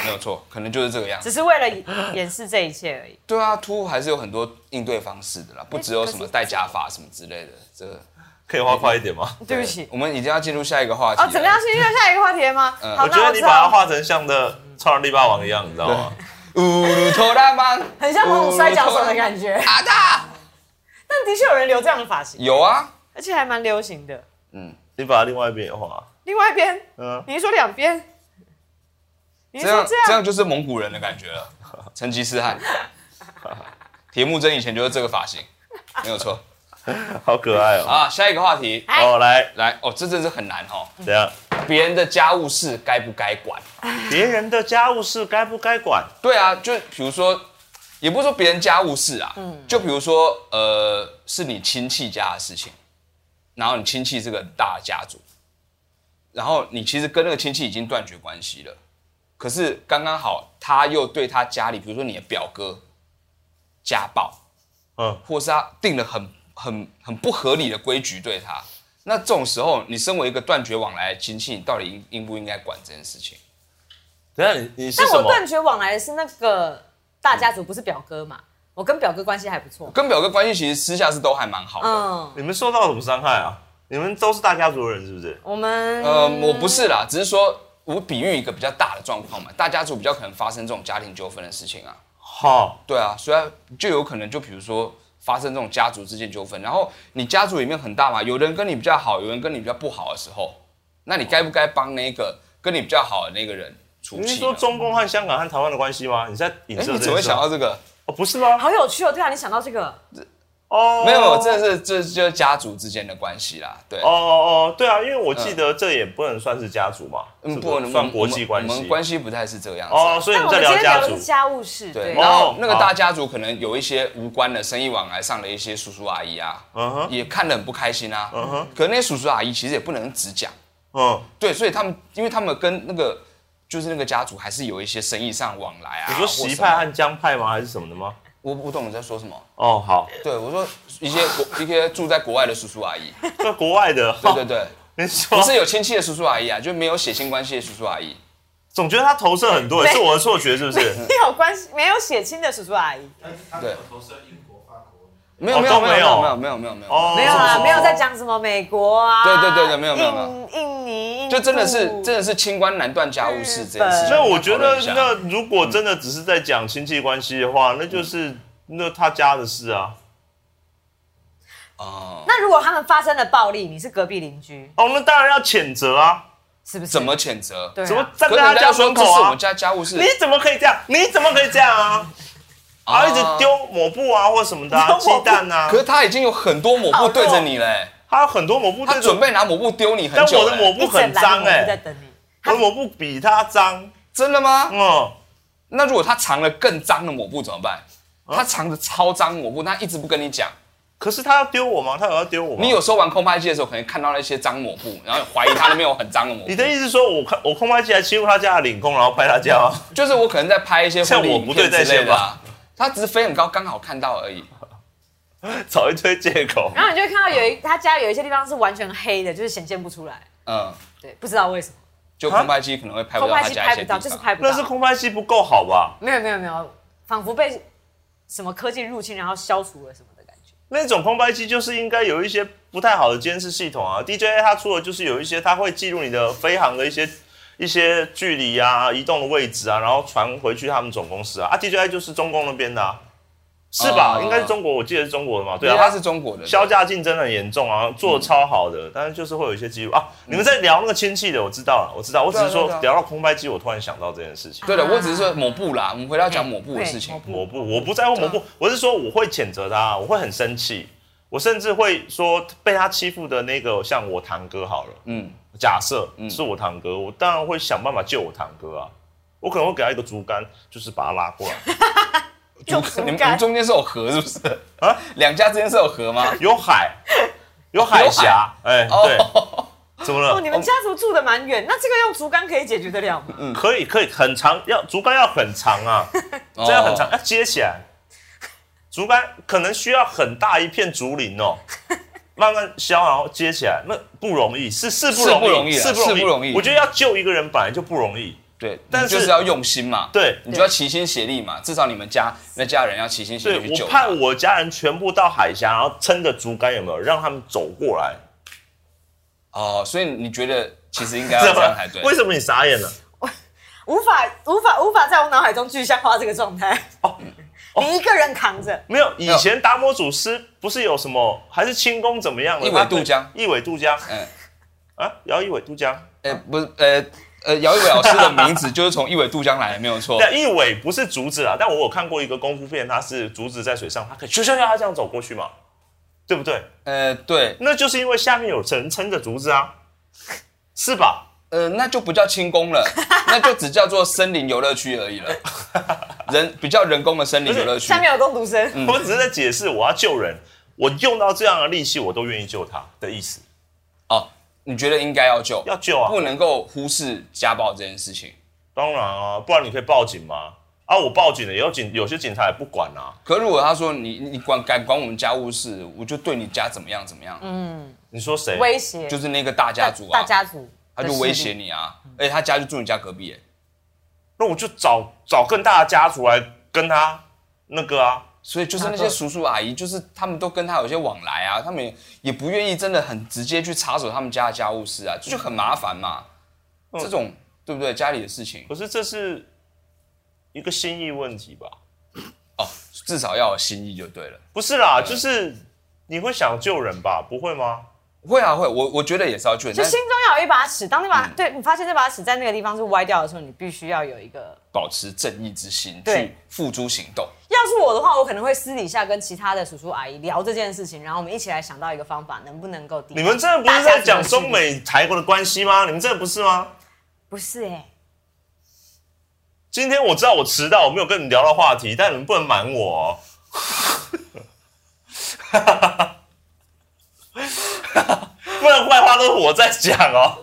[SPEAKER 1] 没有错，可能就是这个样子。
[SPEAKER 2] 只是为了掩饰这一切而已。
[SPEAKER 1] 对啊，秃还是有很多应对方式的啦，不只有什
[SPEAKER 2] 可
[SPEAKER 1] 么
[SPEAKER 2] 是
[SPEAKER 1] 戴假发什么之类的。这个
[SPEAKER 3] 可以画快一点吗？
[SPEAKER 2] 对不起
[SPEAKER 1] 我，们已经要进入下一个话题
[SPEAKER 2] 哦
[SPEAKER 1] 了。，
[SPEAKER 2] 怎么样？是因为下一个话题了吗？好，
[SPEAKER 3] 我觉
[SPEAKER 2] 那
[SPEAKER 3] 得
[SPEAKER 2] 我
[SPEAKER 3] 你
[SPEAKER 2] 知
[SPEAKER 3] 把它
[SPEAKER 2] 道了，
[SPEAKER 3] 画成像的《超人力霸王》一样，你知道吗？
[SPEAKER 1] 乌托拉曼，
[SPEAKER 2] <laughs> 很像那种摔跤手的感觉。
[SPEAKER 1] 阿大
[SPEAKER 2] 但的确有人留这样的发型，
[SPEAKER 1] 有啊，
[SPEAKER 2] 而且还蛮流行的。
[SPEAKER 3] 你把它另外一边也画，
[SPEAKER 2] 另外一边，
[SPEAKER 3] 嗯，
[SPEAKER 2] 你是说两边？你是
[SPEAKER 1] 这
[SPEAKER 2] 说
[SPEAKER 1] 样
[SPEAKER 2] 这
[SPEAKER 1] 这
[SPEAKER 2] 样？
[SPEAKER 1] 样就是蒙古人的感觉了， <laughs> 成吉思汗。 <laughs> 铁木真以前就是这个发
[SPEAKER 2] <laughs>
[SPEAKER 1] 型，没有错。
[SPEAKER 3] 好可爱哦。
[SPEAKER 1] 啊，下一个话题，
[SPEAKER 2] 哎
[SPEAKER 3] 哦，来，
[SPEAKER 1] 来哦，这真是很难哦。
[SPEAKER 3] 怎样？
[SPEAKER 1] 别人的家务事该不该管？
[SPEAKER 3] 别人的家务事该不该管？
[SPEAKER 1] 对啊，就比如说，也不是说别人家务事啊，就比如说，呃，是你亲戚家的事情，然后你亲戚是个大家族，然后你其实跟那个亲戚已经断绝关系了，可是刚刚好他又对他家里，比如说你的表哥家暴，
[SPEAKER 3] 嗯，
[SPEAKER 1] 或是他定了很很很不合理的规矩对他，那这种时候，你身为一个断绝往来的亲戚，你到底应应不应该管这件事情？
[SPEAKER 3] 等一下你你是
[SPEAKER 2] 但
[SPEAKER 3] 什
[SPEAKER 2] 我
[SPEAKER 3] 么？
[SPEAKER 2] 断绝往来的是那个大家族，不是表哥嘛？我跟表哥关系还不错。
[SPEAKER 1] 跟表哥关系其实私下是都还蛮好的，
[SPEAKER 2] 嗯，
[SPEAKER 3] 你们受到什么伤害啊？你们都是大家族的人是不是？
[SPEAKER 2] 我们
[SPEAKER 1] 呃，我不是啦，只是说我比喻一个比较大的状况嘛，大家族比较可能发生这种家庭纠纷的事情啊。
[SPEAKER 3] 好，
[SPEAKER 1] 对啊，所以就有可能就比如说发生这种家族之间纠纷，然后你家族里面很大嘛，有人跟你比较好，有人跟你比较不好的时候，那你该不该帮那个跟你比较好的那个人出
[SPEAKER 3] 你
[SPEAKER 1] 气
[SPEAKER 3] 是
[SPEAKER 1] 啊
[SPEAKER 3] 说
[SPEAKER 1] 呢？
[SPEAKER 3] 中共和香港和台湾的关系吗？你在影
[SPEAKER 1] 哎、
[SPEAKER 3] 射
[SPEAKER 1] 你
[SPEAKER 3] 这
[SPEAKER 1] 怎么会
[SPEAKER 3] 件事
[SPEAKER 1] 想
[SPEAKER 3] 吗？
[SPEAKER 1] 到这个？
[SPEAKER 3] 哦，不是吗？
[SPEAKER 2] 好有趣哦！对啊，你想到这个，
[SPEAKER 3] 哦，
[SPEAKER 1] 没有，这是这就是家族之间的关系啦，对，
[SPEAKER 3] 哦哦哦，对啊，因为我记得这也不能算是家族嘛，是
[SPEAKER 1] 嗯不
[SPEAKER 3] 是
[SPEAKER 1] 能
[SPEAKER 3] 算国际关
[SPEAKER 1] 我
[SPEAKER 3] 系
[SPEAKER 1] 们。关系不太是这样子。啊
[SPEAKER 3] 哦，所以
[SPEAKER 2] 但
[SPEAKER 3] 你
[SPEAKER 2] 我们今
[SPEAKER 3] 在聊
[SPEAKER 2] 天
[SPEAKER 3] 家
[SPEAKER 2] 聊的
[SPEAKER 3] 族
[SPEAKER 2] 是家务事，
[SPEAKER 1] 对，
[SPEAKER 2] 对， <laughs>
[SPEAKER 1] 然后那个
[SPEAKER 3] 哦
[SPEAKER 1] 大家族可能有一些无关的生意往来上的一些叔叔阿姨啊，
[SPEAKER 3] 嗯哼
[SPEAKER 1] 也看得很不开心啊。可那些叔叔阿姨其实也不能只讲，
[SPEAKER 3] 嗯，
[SPEAKER 1] 对，所以他们因为他们跟那个就是那个家族还是有一些生意上往来啊。
[SPEAKER 3] 你说
[SPEAKER 1] 或
[SPEAKER 3] 习
[SPEAKER 1] 什么
[SPEAKER 3] 派和江派吗？还是什么的吗？
[SPEAKER 1] 我不懂你在说什么。<laughs>
[SPEAKER 3] 哦，好，
[SPEAKER 1] 对，我说一些国一些住在国外的叔叔阿
[SPEAKER 3] <laughs>
[SPEAKER 1] 姨，
[SPEAKER 3] 在国外的，
[SPEAKER 1] 对对
[SPEAKER 3] <laughs>
[SPEAKER 1] 对，
[SPEAKER 3] 你说
[SPEAKER 1] 不是有亲戚的叔叔阿姨啊，就没有血亲关系的叔叔阿姨。
[SPEAKER 3] 总觉得他投射很多，
[SPEAKER 2] 没
[SPEAKER 3] 是我的错觉是不是？
[SPEAKER 2] 没有关系，没有血亲的叔叔阿姨，
[SPEAKER 4] 但是他没有投射英国、法国。
[SPEAKER 1] 没有
[SPEAKER 3] 哦
[SPEAKER 1] 没
[SPEAKER 3] 都
[SPEAKER 1] 有没有
[SPEAKER 3] 没
[SPEAKER 1] 没
[SPEAKER 3] 有
[SPEAKER 1] 有没有没有没有，
[SPEAKER 3] 哦
[SPEAKER 2] 没有啊，
[SPEAKER 3] 哦
[SPEAKER 2] 没有在讲什么美国啊，
[SPEAKER 1] 对对对对没有没有没有
[SPEAKER 2] 印印尼，印度
[SPEAKER 1] 就真的是真的是清官难断家务事这件事情。
[SPEAKER 3] 所以我觉
[SPEAKER 1] 讨
[SPEAKER 3] 得
[SPEAKER 1] 论一，下
[SPEAKER 3] <laughs> 那如果真的只是在讲亲戚关系的
[SPEAKER 1] 嗯
[SPEAKER 3] 话，那就是那他家的事啊。
[SPEAKER 1] 哦，
[SPEAKER 2] 那如果他们发生了暴力，你是隔壁邻居，
[SPEAKER 3] 哦，那当然要谴责啊！
[SPEAKER 2] 是不是？
[SPEAKER 1] 怎么谴责？
[SPEAKER 2] 对啊
[SPEAKER 3] 怎么站
[SPEAKER 1] 可
[SPEAKER 3] 在
[SPEAKER 1] 是
[SPEAKER 3] 他
[SPEAKER 1] 人
[SPEAKER 3] 家
[SPEAKER 1] 家说
[SPEAKER 3] 门
[SPEAKER 1] 这是
[SPEAKER 3] 口
[SPEAKER 1] 我
[SPEAKER 3] 啊
[SPEAKER 1] 们？家家务事
[SPEAKER 3] 你，怎么可以这样？你怎么可以这样啊？啊，一直。丢抹布啊，或什么的、啊，
[SPEAKER 2] 丢
[SPEAKER 3] 鸡
[SPEAKER 2] 抹布
[SPEAKER 3] 蛋啊
[SPEAKER 1] 可。是他已经有很多抹布对着你嘞、
[SPEAKER 3] 他有很多抹布，
[SPEAKER 1] 他准，备拿抹布丢你很
[SPEAKER 3] 但
[SPEAKER 1] 久、
[SPEAKER 3] 我
[SPEAKER 1] 了。
[SPEAKER 3] 的抹布
[SPEAKER 2] 一整
[SPEAKER 3] 很
[SPEAKER 2] 栏
[SPEAKER 3] 脏
[SPEAKER 2] 的人在
[SPEAKER 3] 哎，
[SPEAKER 2] 等你？
[SPEAKER 3] 我的抹布比他脏。
[SPEAKER 1] 真的吗？
[SPEAKER 3] 嗯，
[SPEAKER 1] 那如果他藏了更脏的抹布怎么办？
[SPEAKER 3] 啊
[SPEAKER 1] 他藏着超脏抹布，但他一直不跟你讲。
[SPEAKER 3] 可是他要丢我吗？他有要丢我吗？
[SPEAKER 1] 你有时候玩空拍机的时候，可能看到那些脏抹布，然后怀疑他那边有很脏的抹布。
[SPEAKER 3] <laughs> 你的意思是说我看我空拍机还欺负他家的领空，然后拍他家吗？ <laughs>
[SPEAKER 1] 就是我可能在拍一些
[SPEAKER 3] 像
[SPEAKER 1] 婚礼
[SPEAKER 3] 我
[SPEAKER 1] 影
[SPEAKER 3] 不
[SPEAKER 1] 片
[SPEAKER 3] 对在
[SPEAKER 1] 之类
[SPEAKER 3] 线
[SPEAKER 1] 的
[SPEAKER 3] 吧
[SPEAKER 1] 啊、他只是飞很高，刚好看到而已。
[SPEAKER 3] 找一堆借口。
[SPEAKER 2] 然后你就会看到有一他家有一些地方是完全黑的，就是显现不出来，
[SPEAKER 1] 嗯，
[SPEAKER 2] 对，不知道为什么，
[SPEAKER 1] 就
[SPEAKER 3] 啊
[SPEAKER 1] 空拍机可能会拍不
[SPEAKER 2] 空
[SPEAKER 1] 到
[SPEAKER 2] 拍
[SPEAKER 1] 他
[SPEAKER 2] 机
[SPEAKER 1] 家一
[SPEAKER 2] 拍
[SPEAKER 1] 些地
[SPEAKER 2] 不
[SPEAKER 1] 方。
[SPEAKER 2] 到，就是拍不到
[SPEAKER 3] 那。是空拍机不够好吧？
[SPEAKER 2] 没有没有没有，仿佛被什么科技入侵，然后消除了什么的感觉。
[SPEAKER 3] 那种空拍机就是应该有一些不太好的监视系统啊。DJI 它出的就是有一些，它会记录你的飞行的一些一些距离啊、移动的位置啊，然后传回去他们总公司啊。啊，DJI 就是中共那边的、啊，是吧？
[SPEAKER 1] 哦
[SPEAKER 3] 应该是中国，我记得是中国的嘛。对
[SPEAKER 1] 对
[SPEAKER 3] 啊，
[SPEAKER 1] 啊，
[SPEAKER 3] 它
[SPEAKER 1] 他
[SPEAKER 3] 是
[SPEAKER 1] 是中国的。
[SPEAKER 3] 销价竞争很严重啊，做的超好的，但是就是会有一些记录啊。你们在聊那个亲戚的，我知道了，我知道，我只是
[SPEAKER 1] 对
[SPEAKER 3] 说
[SPEAKER 1] 啊对啊对
[SPEAKER 3] 聊到空拍机，我突然想到这件事情。
[SPEAKER 1] 对的，我只是说抹布啦。我们回到讲抹布的事情。
[SPEAKER 3] 啊抹布，我不在乎抹布，我是说我会谴责他，我会很生气，我甚至会说被他欺负的那个，像我堂哥好了，
[SPEAKER 1] 嗯，
[SPEAKER 3] 假设是我堂哥，我当然会想办法救我堂哥啊，我可能会给他一个竹竿，就是把他拉过来，
[SPEAKER 2] 用
[SPEAKER 1] 竹
[SPEAKER 2] 竹
[SPEAKER 1] 你们你
[SPEAKER 2] 竿
[SPEAKER 1] 们中间是有河是不是？
[SPEAKER 3] 啊
[SPEAKER 1] 啊，两家之间是有河吗？
[SPEAKER 3] 有海，有海峡，哎，
[SPEAKER 1] 哦
[SPEAKER 3] 对，怎么
[SPEAKER 2] 哦，
[SPEAKER 3] 了？
[SPEAKER 2] 你们家族住的蛮远，那这个用竹竿可以解决得了吗？
[SPEAKER 3] 可以可以，很长，要竹竿要很长啊，
[SPEAKER 1] 这
[SPEAKER 3] 这样
[SPEAKER 1] 哦
[SPEAKER 3] 很长，要接起来。竹竿可能需要很大一片竹林哦，慢慢削，然后接起来，那不容易，是是不
[SPEAKER 1] 是不
[SPEAKER 3] 容
[SPEAKER 1] 容
[SPEAKER 3] 易，
[SPEAKER 1] 易啊是不容易
[SPEAKER 3] 我觉得要救一个人本来就不容易，
[SPEAKER 1] 对，
[SPEAKER 3] 但
[SPEAKER 1] 但
[SPEAKER 3] 是
[SPEAKER 1] 就是要用心嘛。
[SPEAKER 3] 对
[SPEAKER 1] 你就要齐心协力嘛。至少你们家那家人要齐心协
[SPEAKER 3] 对
[SPEAKER 1] 力去
[SPEAKER 3] 我
[SPEAKER 1] 救。
[SPEAKER 3] 派我家人全部到海峡，然后撑着竹竿有没有让他们走过来？
[SPEAKER 1] 哦，所以你觉得其实应该要 <laughs> 这样才对。
[SPEAKER 3] <laughs> 为什么你傻眼了？
[SPEAKER 2] 无法无法无法在我脑海中具象化这个状态。
[SPEAKER 3] 哦
[SPEAKER 2] 你一个人扛着，
[SPEAKER 3] 没有，以前达摩祖师不是有什么，还是清宫怎么样的？
[SPEAKER 1] 一苇渡江
[SPEAKER 3] 一苇渡江
[SPEAKER 1] 嗯，
[SPEAKER 3] 啊，摇一苇渡江。
[SPEAKER 1] 呃，不是，呃。呃，姚一伟老师的名字就是从一苇渡江来的，没有错。
[SPEAKER 3] <laughs> 对，一苇不是竹子啊，但我有看过一个功夫片，它是竹子在水上，它可以咻咻咻它这样走过去嘛，对不对？
[SPEAKER 1] 呃，对，
[SPEAKER 3] 那就是因为下面有人撑着竹子啊，是吧？
[SPEAKER 1] 呃，那就不叫轻功
[SPEAKER 3] <laughs>
[SPEAKER 1] 了，那就只叫做森林游乐区而已了。人比较人工的森林游乐区
[SPEAKER 2] 下，面有工读生，
[SPEAKER 1] 嗯
[SPEAKER 3] 我只是在解释，我要救人，我用到这样的力气，我都愿意救他的意思，
[SPEAKER 1] 哦，你觉得应该要救？
[SPEAKER 3] 要救啊，
[SPEAKER 1] 不能够忽视家暴这件事情。
[SPEAKER 3] 当然啊，不然你可以报警吗？啊，我报警了，有警有些警察也不管啊。
[SPEAKER 1] 可如果他说你你管敢管我们家务事，我就对你家怎么样怎么样，
[SPEAKER 3] 你说谁？
[SPEAKER 2] 威胁
[SPEAKER 1] 就是那个大家族啊，
[SPEAKER 2] 嗯大家族，
[SPEAKER 1] 他就威胁。你啊，而且他家就住你家隔壁耶，
[SPEAKER 3] 那我就找找更大的家族来跟他那个啊。
[SPEAKER 1] 所以就是那些叔叔阿姨，就是他们都跟他有些往来啊，他们也也不愿意真的很直接去插手他们家的家务事啊，这就很麻烦嘛，
[SPEAKER 3] 嗯
[SPEAKER 1] 这种对不对？家里的事情
[SPEAKER 3] 可是这是一个心意问题吧？
[SPEAKER 1] 哦，至少要有心意就对了。
[SPEAKER 3] 不是啦，就是你会想救人吧？不会吗？
[SPEAKER 1] 会啊会，我我觉得也是要去，
[SPEAKER 2] 就
[SPEAKER 1] 但
[SPEAKER 2] 心中要有一把尺，当那
[SPEAKER 1] 嗯
[SPEAKER 2] 把、对你发现这把尺在那个地方是歪掉的时候，你必须要有一个
[SPEAKER 1] 保持正义之心
[SPEAKER 2] 对
[SPEAKER 1] 去付诸行动。
[SPEAKER 2] 要是我的话，我可能会私底下跟其他的叔叔阿姨聊这件事情，然后我们一起来想到一个方法，能不能够抵
[SPEAKER 3] 你们真的不是在讲中美台国的关系吗？你们真的不是吗？
[SPEAKER 2] 不是哎、
[SPEAKER 3] 今天我知道我迟到，我没有跟你聊到话题，但你们不能瞒我、哦。 <laughs> 不然坏话都是我在讲哦。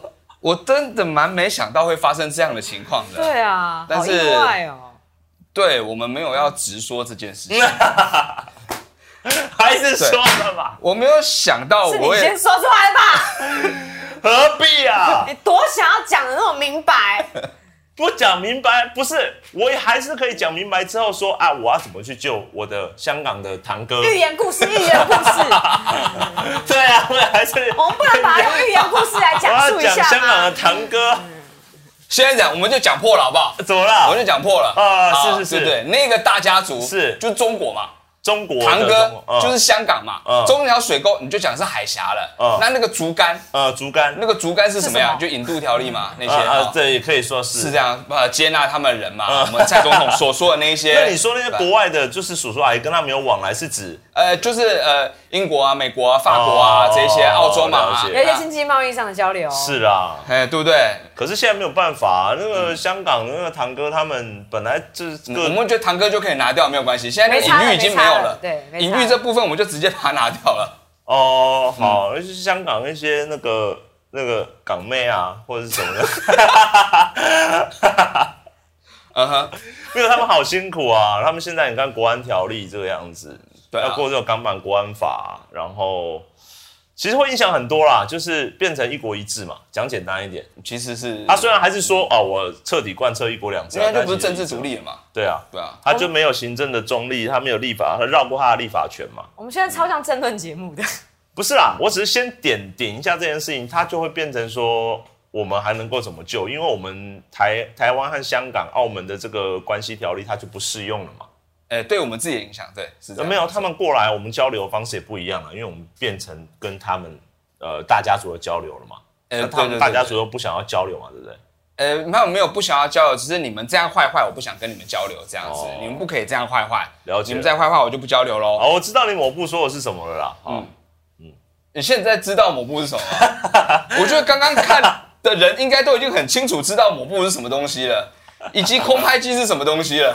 [SPEAKER 1] 我真的蛮没想到会发生这样的情况的。
[SPEAKER 2] 对啊，
[SPEAKER 1] 但
[SPEAKER 2] 好
[SPEAKER 1] 是
[SPEAKER 2] 意外哦、
[SPEAKER 1] 对，我们没有要直说这件事情，
[SPEAKER 3] 还是说了吧，
[SPEAKER 1] 我没有想到
[SPEAKER 2] 是
[SPEAKER 1] 我
[SPEAKER 2] 你
[SPEAKER 1] 会
[SPEAKER 2] 先说出
[SPEAKER 1] <laughs>
[SPEAKER 2] 来吧，
[SPEAKER 3] 何必啊
[SPEAKER 2] 你？多想要讲的那种
[SPEAKER 1] <laughs>
[SPEAKER 2] 明白，
[SPEAKER 3] 不讲明白，不是，我也还是可以讲明白之后说啊，我要怎么去救我的香港的堂哥？
[SPEAKER 2] 寓言故事，寓言故事，
[SPEAKER 3] <laughs> 对啊，我也还是
[SPEAKER 2] 我们不能把它用寓言故事来
[SPEAKER 3] 我
[SPEAKER 2] 讲
[SPEAKER 3] 要
[SPEAKER 2] 述一
[SPEAKER 3] 啊讲
[SPEAKER 2] 下
[SPEAKER 3] 香港的
[SPEAKER 2] 吗？嗯
[SPEAKER 3] 堂哥，
[SPEAKER 1] 现在讲，我们就讲破了，好不好？
[SPEAKER 3] 怎么
[SPEAKER 1] 我就
[SPEAKER 3] 了？
[SPEAKER 1] 讲破了
[SPEAKER 3] 啊是是是
[SPEAKER 1] 对不对？那个大家族
[SPEAKER 3] 是
[SPEAKER 1] 就是中国嘛，
[SPEAKER 3] 中国的
[SPEAKER 1] 堂哥
[SPEAKER 3] 中国嗯
[SPEAKER 1] 就是香港嘛
[SPEAKER 3] 嗯，
[SPEAKER 1] 中条水沟你就讲是海峡了
[SPEAKER 3] 嗯，
[SPEAKER 1] 那那个竹竿，
[SPEAKER 3] 呃竹竿，
[SPEAKER 1] 那个竹竿是什么呀？
[SPEAKER 2] 是什么
[SPEAKER 1] 就引渡条例嘛，那些
[SPEAKER 3] 啊啊，
[SPEAKER 1] 啊
[SPEAKER 3] 这也可以说是
[SPEAKER 1] 是这。样，呃，接纳他们人嘛，我们蔡总统所说的那一些。
[SPEAKER 3] <laughs> 那你说那些国外的，就是叔叔阿姨跟他没有往来，是指
[SPEAKER 1] 呃，就是呃，英国啊、美国啊、法国啊
[SPEAKER 3] 哦
[SPEAKER 1] 这些，澳洲嘛
[SPEAKER 3] 了
[SPEAKER 1] 啊，
[SPEAKER 3] 解
[SPEAKER 2] 有一些经济贸易上的交流，
[SPEAKER 3] 是啦。
[SPEAKER 1] 哎，对不对？
[SPEAKER 3] 可是现在没有办法、那个香港那个堂哥他们本来就是
[SPEAKER 1] 嗯我
[SPEAKER 3] 各
[SPEAKER 1] 们觉得堂哥就可以拿掉，没有关系。现在
[SPEAKER 2] 没
[SPEAKER 1] 那
[SPEAKER 2] 差
[SPEAKER 1] 个隐
[SPEAKER 2] 了
[SPEAKER 1] 喻已经没有
[SPEAKER 2] 没差
[SPEAKER 1] 了
[SPEAKER 2] 了，对没差
[SPEAKER 1] 隐喻这部分我们就直接把它拿掉了。
[SPEAKER 3] 哦好，
[SPEAKER 1] 嗯
[SPEAKER 3] 就是香港那些那个那个港妹啊，或者是什么的，
[SPEAKER 1] 嗯哼，
[SPEAKER 3] <laughs> 因为他们好辛苦啊。他们现在你看国安条例这个样子，
[SPEAKER 1] 对啊
[SPEAKER 3] 要，过这种港版国安法，然后其实会影响很多啦，就是变成一国一制嘛。讲简单一点，
[SPEAKER 1] 其实是
[SPEAKER 3] 他虽然还是说哦，我彻底贯彻一国两制
[SPEAKER 1] 因
[SPEAKER 3] 啊，
[SPEAKER 1] 为就
[SPEAKER 3] 但
[SPEAKER 1] 不是
[SPEAKER 3] 其实
[SPEAKER 1] 政治独立了嘛，
[SPEAKER 3] 对啊，
[SPEAKER 1] 对啊。
[SPEAKER 3] 他就没有行政的中立，他没有立法，他绕过他的立法权嘛。
[SPEAKER 2] 我们现在超像争论节
[SPEAKER 3] <laughs>
[SPEAKER 2] 目的，
[SPEAKER 3] 不是啦，我只是先点点一下这件事情，它就会变成说我们还能够怎么救？因为我们台台湾和香港、澳门的这个关系条例，它就不适用了嘛。
[SPEAKER 1] 哎，对我们自己的影响，对，是这样
[SPEAKER 3] 呃没有，他们过来，我们交流方式也不一样了，因为我们变成跟他们呃大家族的交流了嘛。
[SPEAKER 1] 呃
[SPEAKER 3] 那他
[SPEAKER 1] 对对对
[SPEAKER 3] 们大家族都不想要交流嘛，对不对？
[SPEAKER 1] 呃，没有没有不想要交流，只是你们这样坏坏，我不想跟你们交流，这样子
[SPEAKER 3] 哦，
[SPEAKER 1] 你们不可以这样坏坏。
[SPEAKER 3] 了解哦
[SPEAKER 1] 你们再坏坏，我就不交流喽。
[SPEAKER 3] 啊好，我知道你抹布说的是什么了啦。啊好
[SPEAKER 1] 嗯你现在知道抹布是什么吗？我觉得刚刚看的人应该都已经很清楚知道抹布是什么东西了，以及空拍机是什么东西了。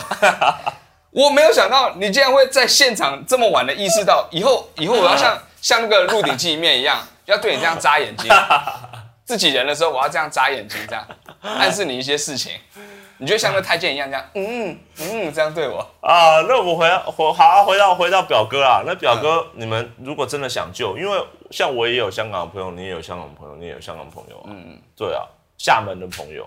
[SPEAKER 1] 我没有想到你竟然会在现场这么晚的意识到，以后以后我要像像那个《鹿鼎记》里面一样，要对你这样眨眼睛。自己人的时候，我要这样眨眼睛，这样暗示你一些事情。你就像那太监一样，这样嗯嗯嗯这样对我。
[SPEAKER 3] 啊，那我们回回好啊，回到回到表哥啊啦。那表哥，
[SPEAKER 1] 嗯
[SPEAKER 3] 你们如果真的想救，因为像我也有香港的朋友，你也有香港的朋友，你也有香港的朋友、啊，嗯，对啊，厦门的朋友，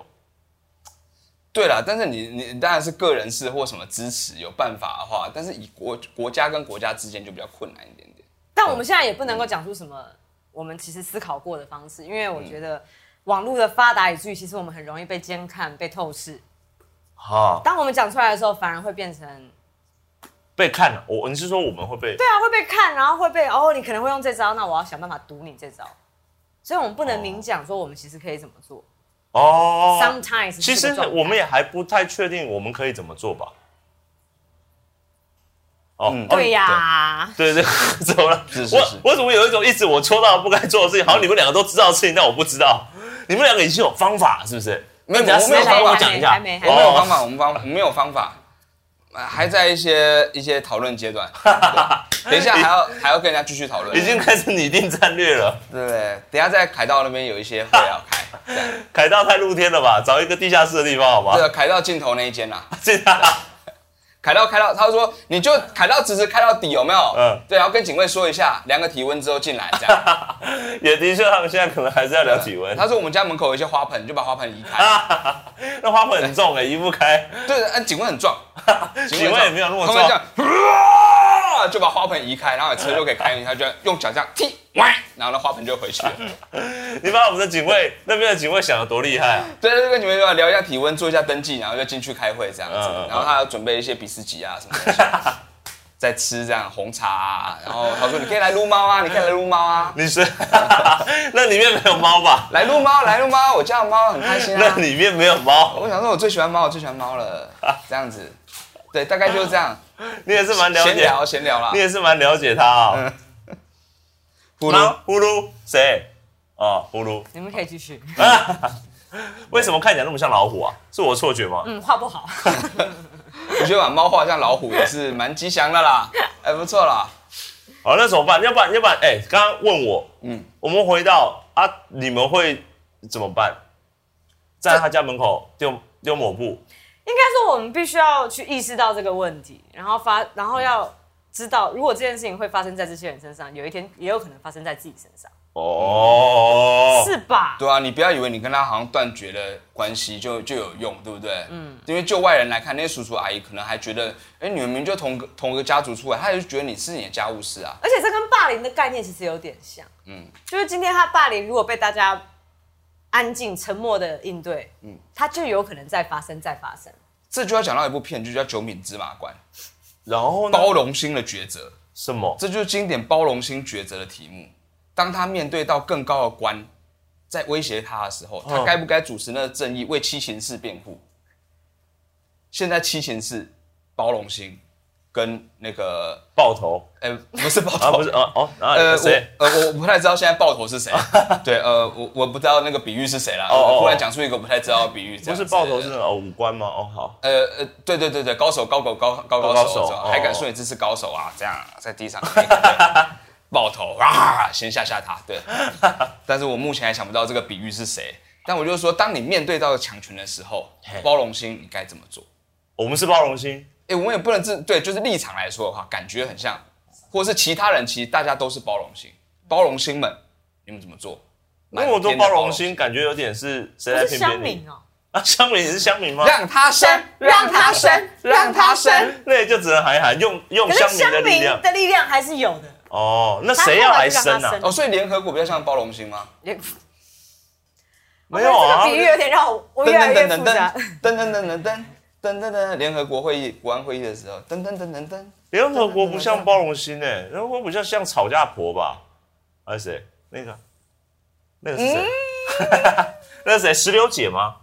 [SPEAKER 1] 对啦，但是你你当然是个人是或什么支持有办法的话，但是以国国家跟国家之间就比较困难一点点。
[SPEAKER 2] 但我们现在也不能够讲出什么我们其实思考过的方式，因为我觉
[SPEAKER 3] 嗯
[SPEAKER 2] 得网络的发达以至于其实我们很容易被监看、被透视。
[SPEAKER 1] 嗯
[SPEAKER 3] 哈、
[SPEAKER 2] 当我们讲出来的时候，反而会变成
[SPEAKER 3] 被看了。我你是说我们会被
[SPEAKER 2] 对啊，会被看，然后会被哦，你可能会用这招，那我要想办法堵你这招。所以我们不能明讲说我们其实可以怎么做。
[SPEAKER 3] 哦
[SPEAKER 2] Sometimes
[SPEAKER 3] 其
[SPEAKER 2] 是
[SPEAKER 3] 实
[SPEAKER 2] 这个状态
[SPEAKER 3] 我们也还不太确定我们可以怎么做吧。哦，
[SPEAKER 1] 嗯
[SPEAKER 3] 哦
[SPEAKER 2] 对呀，
[SPEAKER 3] 对 <laughs> 对，怎么了？
[SPEAKER 1] 是是是嗯
[SPEAKER 3] 我我怎么有一种一直我戳到不该做的事情，好像你们两个都知道的事情，但我不知道。你们两个已经有方法是不是？
[SPEAKER 1] 没有
[SPEAKER 3] 那你要
[SPEAKER 1] 我没有
[SPEAKER 3] 私下跟
[SPEAKER 1] 方法
[SPEAKER 3] 我讲一下。
[SPEAKER 2] 还没还没
[SPEAKER 1] 我没有
[SPEAKER 3] 哦
[SPEAKER 1] 方法，我们方我们没有方法，呃还在一些一些讨论阶
[SPEAKER 3] <laughs>
[SPEAKER 1] 段。对等一下还要还要跟人家继续讨论，
[SPEAKER 3] 已经开始拟定战略了。
[SPEAKER 1] 对不对？等一下在凯道那边有一些会要
[SPEAKER 3] <laughs>
[SPEAKER 1] 开，这样
[SPEAKER 3] 凯道太露天了吧？找一个地下室的地方好
[SPEAKER 1] 这
[SPEAKER 3] <laughs> 吗？
[SPEAKER 1] 个凯道尽头那一间啦。啊
[SPEAKER 3] 这样
[SPEAKER 1] 凯道开到，他说你就凯道直直开到底有没有？嗯
[SPEAKER 3] 嗯，
[SPEAKER 1] 对，然后跟警卫说一下，量个体温之后进来这
[SPEAKER 3] <laughs>
[SPEAKER 1] 样。
[SPEAKER 3] 也的确，他们现在可能还是要聊体
[SPEAKER 1] <laughs>
[SPEAKER 3] 温。
[SPEAKER 1] 他说我们家门口有一些花盆，你就把花盆移开。
[SPEAKER 3] 那花粉很重哎、移不开。
[SPEAKER 1] 对，啊，警卫很壮，
[SPEAKER 3] <laughs> 警卫也没有那
[SPEAKER 1] <laughs>
[SPEAKER 3] 么
[SPEAKER 1] 他
[SPEAKER 3] 重
[SPEAKER 1] 们这样，啊 <laughs> 就把花盆移开，然后车就可以开进去，他就用脚这样踢， <laughs> 哇，然后那花盆就
[SPEAKER 3] <laughs>
[SPEAKER 1] 回去了。
[SPEAKER 3] 你把我们的警卫那边的警卫想的多厉害啊！
[SPEAKER 1] 对，就跟你们聊一下体温，做一下登记，然后就进去开会这样子
[SPEAKER 3] 嗯嗯。嗯
[SPEAKER 1] 然后他要准备一些比斯吉啊什么东西，
[SPEAKER 3] <laughs>
[SPEAKER 1] 在吃这样红茶啊。然后他说你可以来撸猫啊，你可以来撸猫
[SPEAKER 3] <laughs>
[SPEAKER 1] 啊，
[SPEAKER 3] 你是那里面没有猫吧？
[SPEAKER 1] 来撸猫，来撸猫，我家的猫很开心啊
[SPEAKER 3] <laughs> 那。里面没有猫。 <laughs>
[SPEAKER 1] 我想说，我最喜欢猫，我最喜欢猫了，这样子，对，大概就是这样。
[SPEAKER 3] 你也是蛮了
[SPEAKER 1] 闲
[SPEAKER 3] 解，
[SPEAKER 1] 聊啊闲聊啦
[SPEAKER 3] 你。也是蛮了解他啊。
[SPEAKER 1] 呼
[SPEAKER 3] 然后
[SPEAKER 1] 噜，
[SPEAKER 3] 呼噜谁？哦，呼噜，
[SPEAKER 2] 你们可以继续。
[SPEAKER 3] <laughs> 为什么看起来那么像老虎啊？是我错觉吗？
[SPEAKER 2] 嗯，画不好， <laughs>
[SPEAKER 1] 我觉得把猫画像老虎也是蛮吉祥的啦，哎，不错啦。
[SPEAKER 3] 好，那怎么办？要不然，要不然，哎、刚刚问我，
[SPEAKER 1] 嗯
[SPEAKER 3] 嗯，我们回到啊，你们会怎么办？在他家门口丢丢抹布，
[SPEAKER 2] 应该说我们必须要去意识到这个问题，然后发，然后要知道，如果这件事情会发生在这些人身上，有一天也有可能发生在自己身上，
[SPEAKER 3] 哦，
[SPEAKER 2] 是吧？
[SPEAKER 1] 对啊，你不要以为你跟他好像断绝了关系就就有用，对不对？嗯，因为就外人来看，那些叔叔阿姨可能还觉得，哎，你们明明就同个同个家族出来，他就觉得你是你的家务事啊。
[SPEAKER 2] 而且这跟霸凌的概念其实有点像，嗯，就是今天他霸凌如果被大家安静沉默的应对，嗯，他就有可能再发生再发生。
[SPEAKER 1] 这就要讲到一部片，就叫《九品芝麻官》，
[SPEAKER 3] 然后呢？
[SPEAKER 1] 包容心的抉择，
[SPEAKER 3] 什么？
[SPEAKER 1] 这就是经典包容心抉择的题目。当他面对到更高的官在威胁他的时候，他
[SPEAKER 3] 嗯
[SPEAKER 1] 该不该主持那个正义，为七情事辩护？现在七情事包容心跟那个，
[SPEAKER 3] 爆头
[SPEAKER 1] 呃，不是包
[SPEAKER 3] 啊？
[SPEAKER 1] 容
[SPEAKER 3] 不是，哦哦，啊，
[SPEAKER 1] 呃，我
[SPEAKER 3] 谁？
[SPEAKER 1] 呃，我不太知道现在爆头是
[SPEAKER 3] <laughs>
[SPEAKER 1] 谁。对，呃，我我不知道那个比喻是谁啦。
[SPEAKER 3] 哦哦哦
[SPEAKER 1] 我突然讲出一个我不太知道的比喻，这
[SPEAKER 3] 不
[SPEAKER 1] 样
[SPEAKER 3] 是
[SPEAKER 1] 子
[SPEAKER 3] 爆头是哦五官吗？哦好，
[SPEAKER 1] 呃呃，对对对对，高手高狗高高高
[SPEAKER 3] 高
[SPEAKER 1] 手，
[SPEAKER 3] 手
[SPEAKER 1] 知道
[SPEAKER 3] 哦
[SPEAKER 1] 还敢说你这是高手啊？这样在地上对爆头啊，先吓吓他。对，但是我目前还想不到这个比喻是谁。但我就说，当你面对到强权的时候
[SPEAKER 3] 嘿，
[SPEAKER 1] 包容心你该怎么做？
[SPEAKER 3] 我们是包容心，
[SPEAKER 1] 哎，我们也不能自对，就是立场来说的话，感觉很像，或是其他人其实大家都是包容心，包容心们，你们怎么做？
[SPEAKER 3] 因为我做
[SPEAKER 1] 满天的
[SPEAKER 3] 包容心，感觉有点是谁
[SPEAKER 2] 不
[SPEAKER 3] 在
[SPEAKER 2] 是
[SPEAKER 3] 偏
[SPEAKER 2] 乡
[SPEAKER 3] 偏你
[SPEAKER 2] 民哦、
[SPEAKER 3] 啊？乡民你是乡民吗？
[SPEAKER 1] 让他生，让他生，让他生。
[SPEAKER 3] <laughs> 那也就只能喊一喊，用用
[SPEAKER 2] 可
[SPEAKER 3] 乡
[SPEAKER 2] 是
[SPEAKER 3] 民
[SPEAKER 2] 乡
[SPEAKER 3] 的力
[SPEAKER 2] 民
[SPEAKER 3] 量
[SPEAKER 2] 的力量还是有的。
[SPEAKER 3] 哦。那谁要来生
[SPEAKER 2] 他后来就让他
[SPEAKER 3] 啊
[SPEAKER 2] 生？
[SPEAKER 1] 哦，所以联合国比较像包容心吗？
[SPEAKER 2] 也
[SPEAKER 3] 没有
[SPEAKER 2] 这个
[SPEAKER 3] 啊
[SPEAKER 2] 比，喻有点让我我
[SPEAKER 1] 噔
[SPEAKER 2] 越来
[SPEAKER 1] 噔
[SPEAKER 2] 越
[SPEAKER 1] 噔
[SPEAKER 2] 复
[SPEAKER 1] 噔
[SPEAKER 2] 杂。
[SPEAKER 1] 噔噔噔噔噔噔噔噔，联合国会议、国安会议的时候，噔噔噔噔噔，
[SPEAKER 3] 联合国不像包容心诶、欸联合国比较像吵架婆吧？还是谁？那个，那个是谁？
[SPEAKER 2] 嗯
[SPEAKER 3] <laughs> 那是谁？石榴姐吗？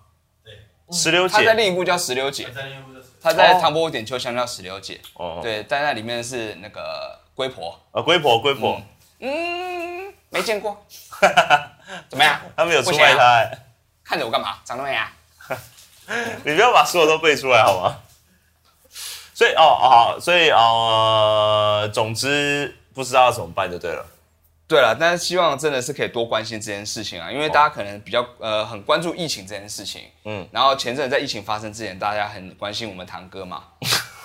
[SPEAKER 4] 对，
[SPEAKER 3] 石榴
[SPEAKER 1] 他在
[SPEAKER 3] 姐。
[SPEAKER 1] 另一部叫《石榴姐》，
[SPEAKER 4] 在内部的时候
[SPEAKER 1] 他在《
[SPEAKER 3] 哦
[SPEAKER 1] 唐伯虎点秋香》叫《石榴姐》，
[SPEAKER 3] 哦，
[SPEAKER 1] 对，但那里面是那个龟婆，
[SPEAKER 3] 啊，龟婆，龟婆
[SPEAKER 1] 嗯，嗯，没见
[SPEAKER 3] <laughs>
[SPEAKER 1] 过，怎么样？
[SPEAKER 3] 他们有出卖她、欸。
[SPEAKER 1] 看着我干嘛？长那么呀？
[SPEAKER 3] 你不要把所有都背出来好吗？所以哦哦好，所以呃，总之不知道怎么办就对了。
[SPEAKER 1] 对了，但是希望真的是可以多关心这件事情啊，因为大家可能比较呃很关注疫情这件事情，嗯
[SPEAKER 3] 嗯，
[SPEAKER 1] 然后前阵子在疫情发生之前，大家很关心我们堂哥
[SPEAKER 3] <laughs>
[SPEAKER 1] 嘛，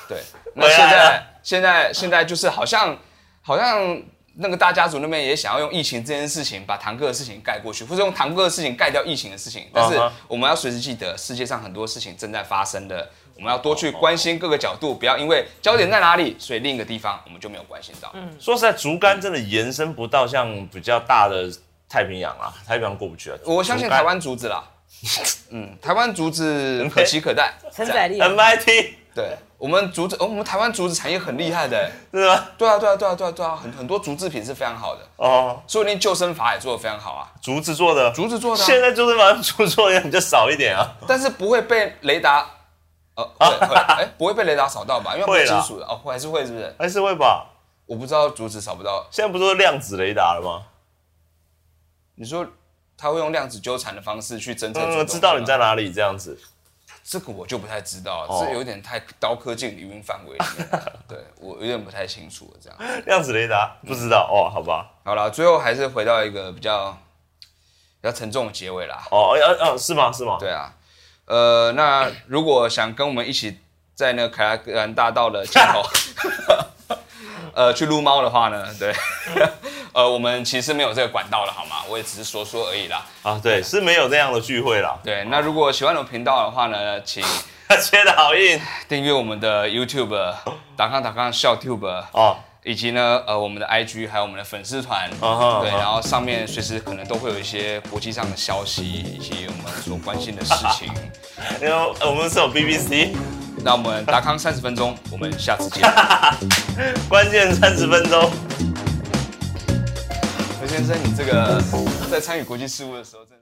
[SPEAKER 1] 对，那
[SPEAKER 3] 回
[SPEAKER 1] 现
[SPEAKER 3] 来
[SPEAKER 1] 在
[SPEAKER 3] 了
[SPEAKER 1] 现在现在就是好像好像那个大家族那边也想要用疫情这件事情把堂哥的事情盖过去，或者用堂哥的事情盖掉疫情的事情，但是
[SPEAKER 3] 嗯哼
[SPEAKER 1] 我们要随时记得世界上很多事情正在发生的。我们要
[SPEAKER 3] 哦
[SPEAKER 1] 多去关心各个角度，不要因为焦点在哪里，所以另一个地方我们就没有关心到。
[SPEAKER 3] 说实在，竹竿真的延伸不到像比较大的太平洋啊，太平洋过不去啊。
[SPEAKER 1] 我相信
[SPEAKER 3] 竹竿
[SPEAKER 1] 台湾竹子啦， <laughs> 嗯，台湾竹子可喜可待，
[SPEAKER 2] 承载力，啊
[SPEAKER 3] MIT
[SPEAKER 1] 对我们竹子，哦我们台湾竹子产业很厉害的，
[SPEAKER 3] 是吧？
[SPEAKER 1] 对啊，对啊，对啊，对啊，对啊，很很多竹制品是非常好的，
[SPEAKER 3] 哦，
[SPEAKER 1] 说不定救生筏也做的非常好啊，
[SPEAKER 3] 竹子做的，
[SPEAKER 1] 竹子做的啊、
[SPEAKER 3] 现在就是把竹做的比较少一点啊。
[SPEAKER 1] 但是不会被雷达，呃，会会，哎，不会被雷达扫到吧？因为它不是
[SPEAKER 3] 会啦
[SPEAKER 1] 金属的，哦，还是会是不是？
[SPEAKER 3] 还是会吧？
[SPEAKER 1] 我不知道竹子扫不到，
[SPEAKER 3] 现在不是都量子雷达了吗？
[SPEAKER 1] 你说它会用量子纠缠的方式去侦测竹子吗，
[SPEAKER 3] 嗯，知道你在哪里这样子。
[SPEAKER 1] 这个我就不太知道，
[SPEAKER 3] 哦
[SPEAKER 1] 这有点太刀科技领域范围里面了，对我有点不太清楚这样。
[SPEAKER 3] 量子雷达不知道哦，好吧。
[SPEAKER 1] 好了，最后还是回到一个比较比较沉重的结尾啦。
[SPEAKER 3] 哦，要、要、是吗？是吗？
[SPEAKER 1] 对啊，呃，那如果想跟我们一起在那个凯拉格兰大道的尽头， <laughs> 呃，去撸猫的话呢，对， <laughs> 呃，我们其实没有这个管道了，好吗？我也只是说说而已啦。
[SPEAKER 3] 啊，对，是没有这样的聚会啦。
[SPEAKER 1] 对，那如果喜欢我们频道的话呢，请
[SPEAKER 3] 切的好硬
[SPEAKER 1] 订阅我们的 YouTube、打康打康笑 Tube。
[SPEAKER 3] 哦，
[SPEAKER 1] 以及呢，呃，我们的 IG 还有我们的粉丝团
[SPEAKER 3] 啊哈
[SPEAKER 1] 对，
[SPEAKER 3] 啊哈
[SPEAKER 1] 然后上面随时可能都会有一些国际上的消息，以及我们所关心的事 <laughs> 情。
[SPEAKER 3] 因为呃我们是有 BBC，
[SPEAKER 1] 那我们达康三十分钟，我们下次 <laughs> 见。
[SPEAKER 3] 关键三十分钟。
[SPEAKER 1] 何先生，你这个在参与国际事务的时候，真的。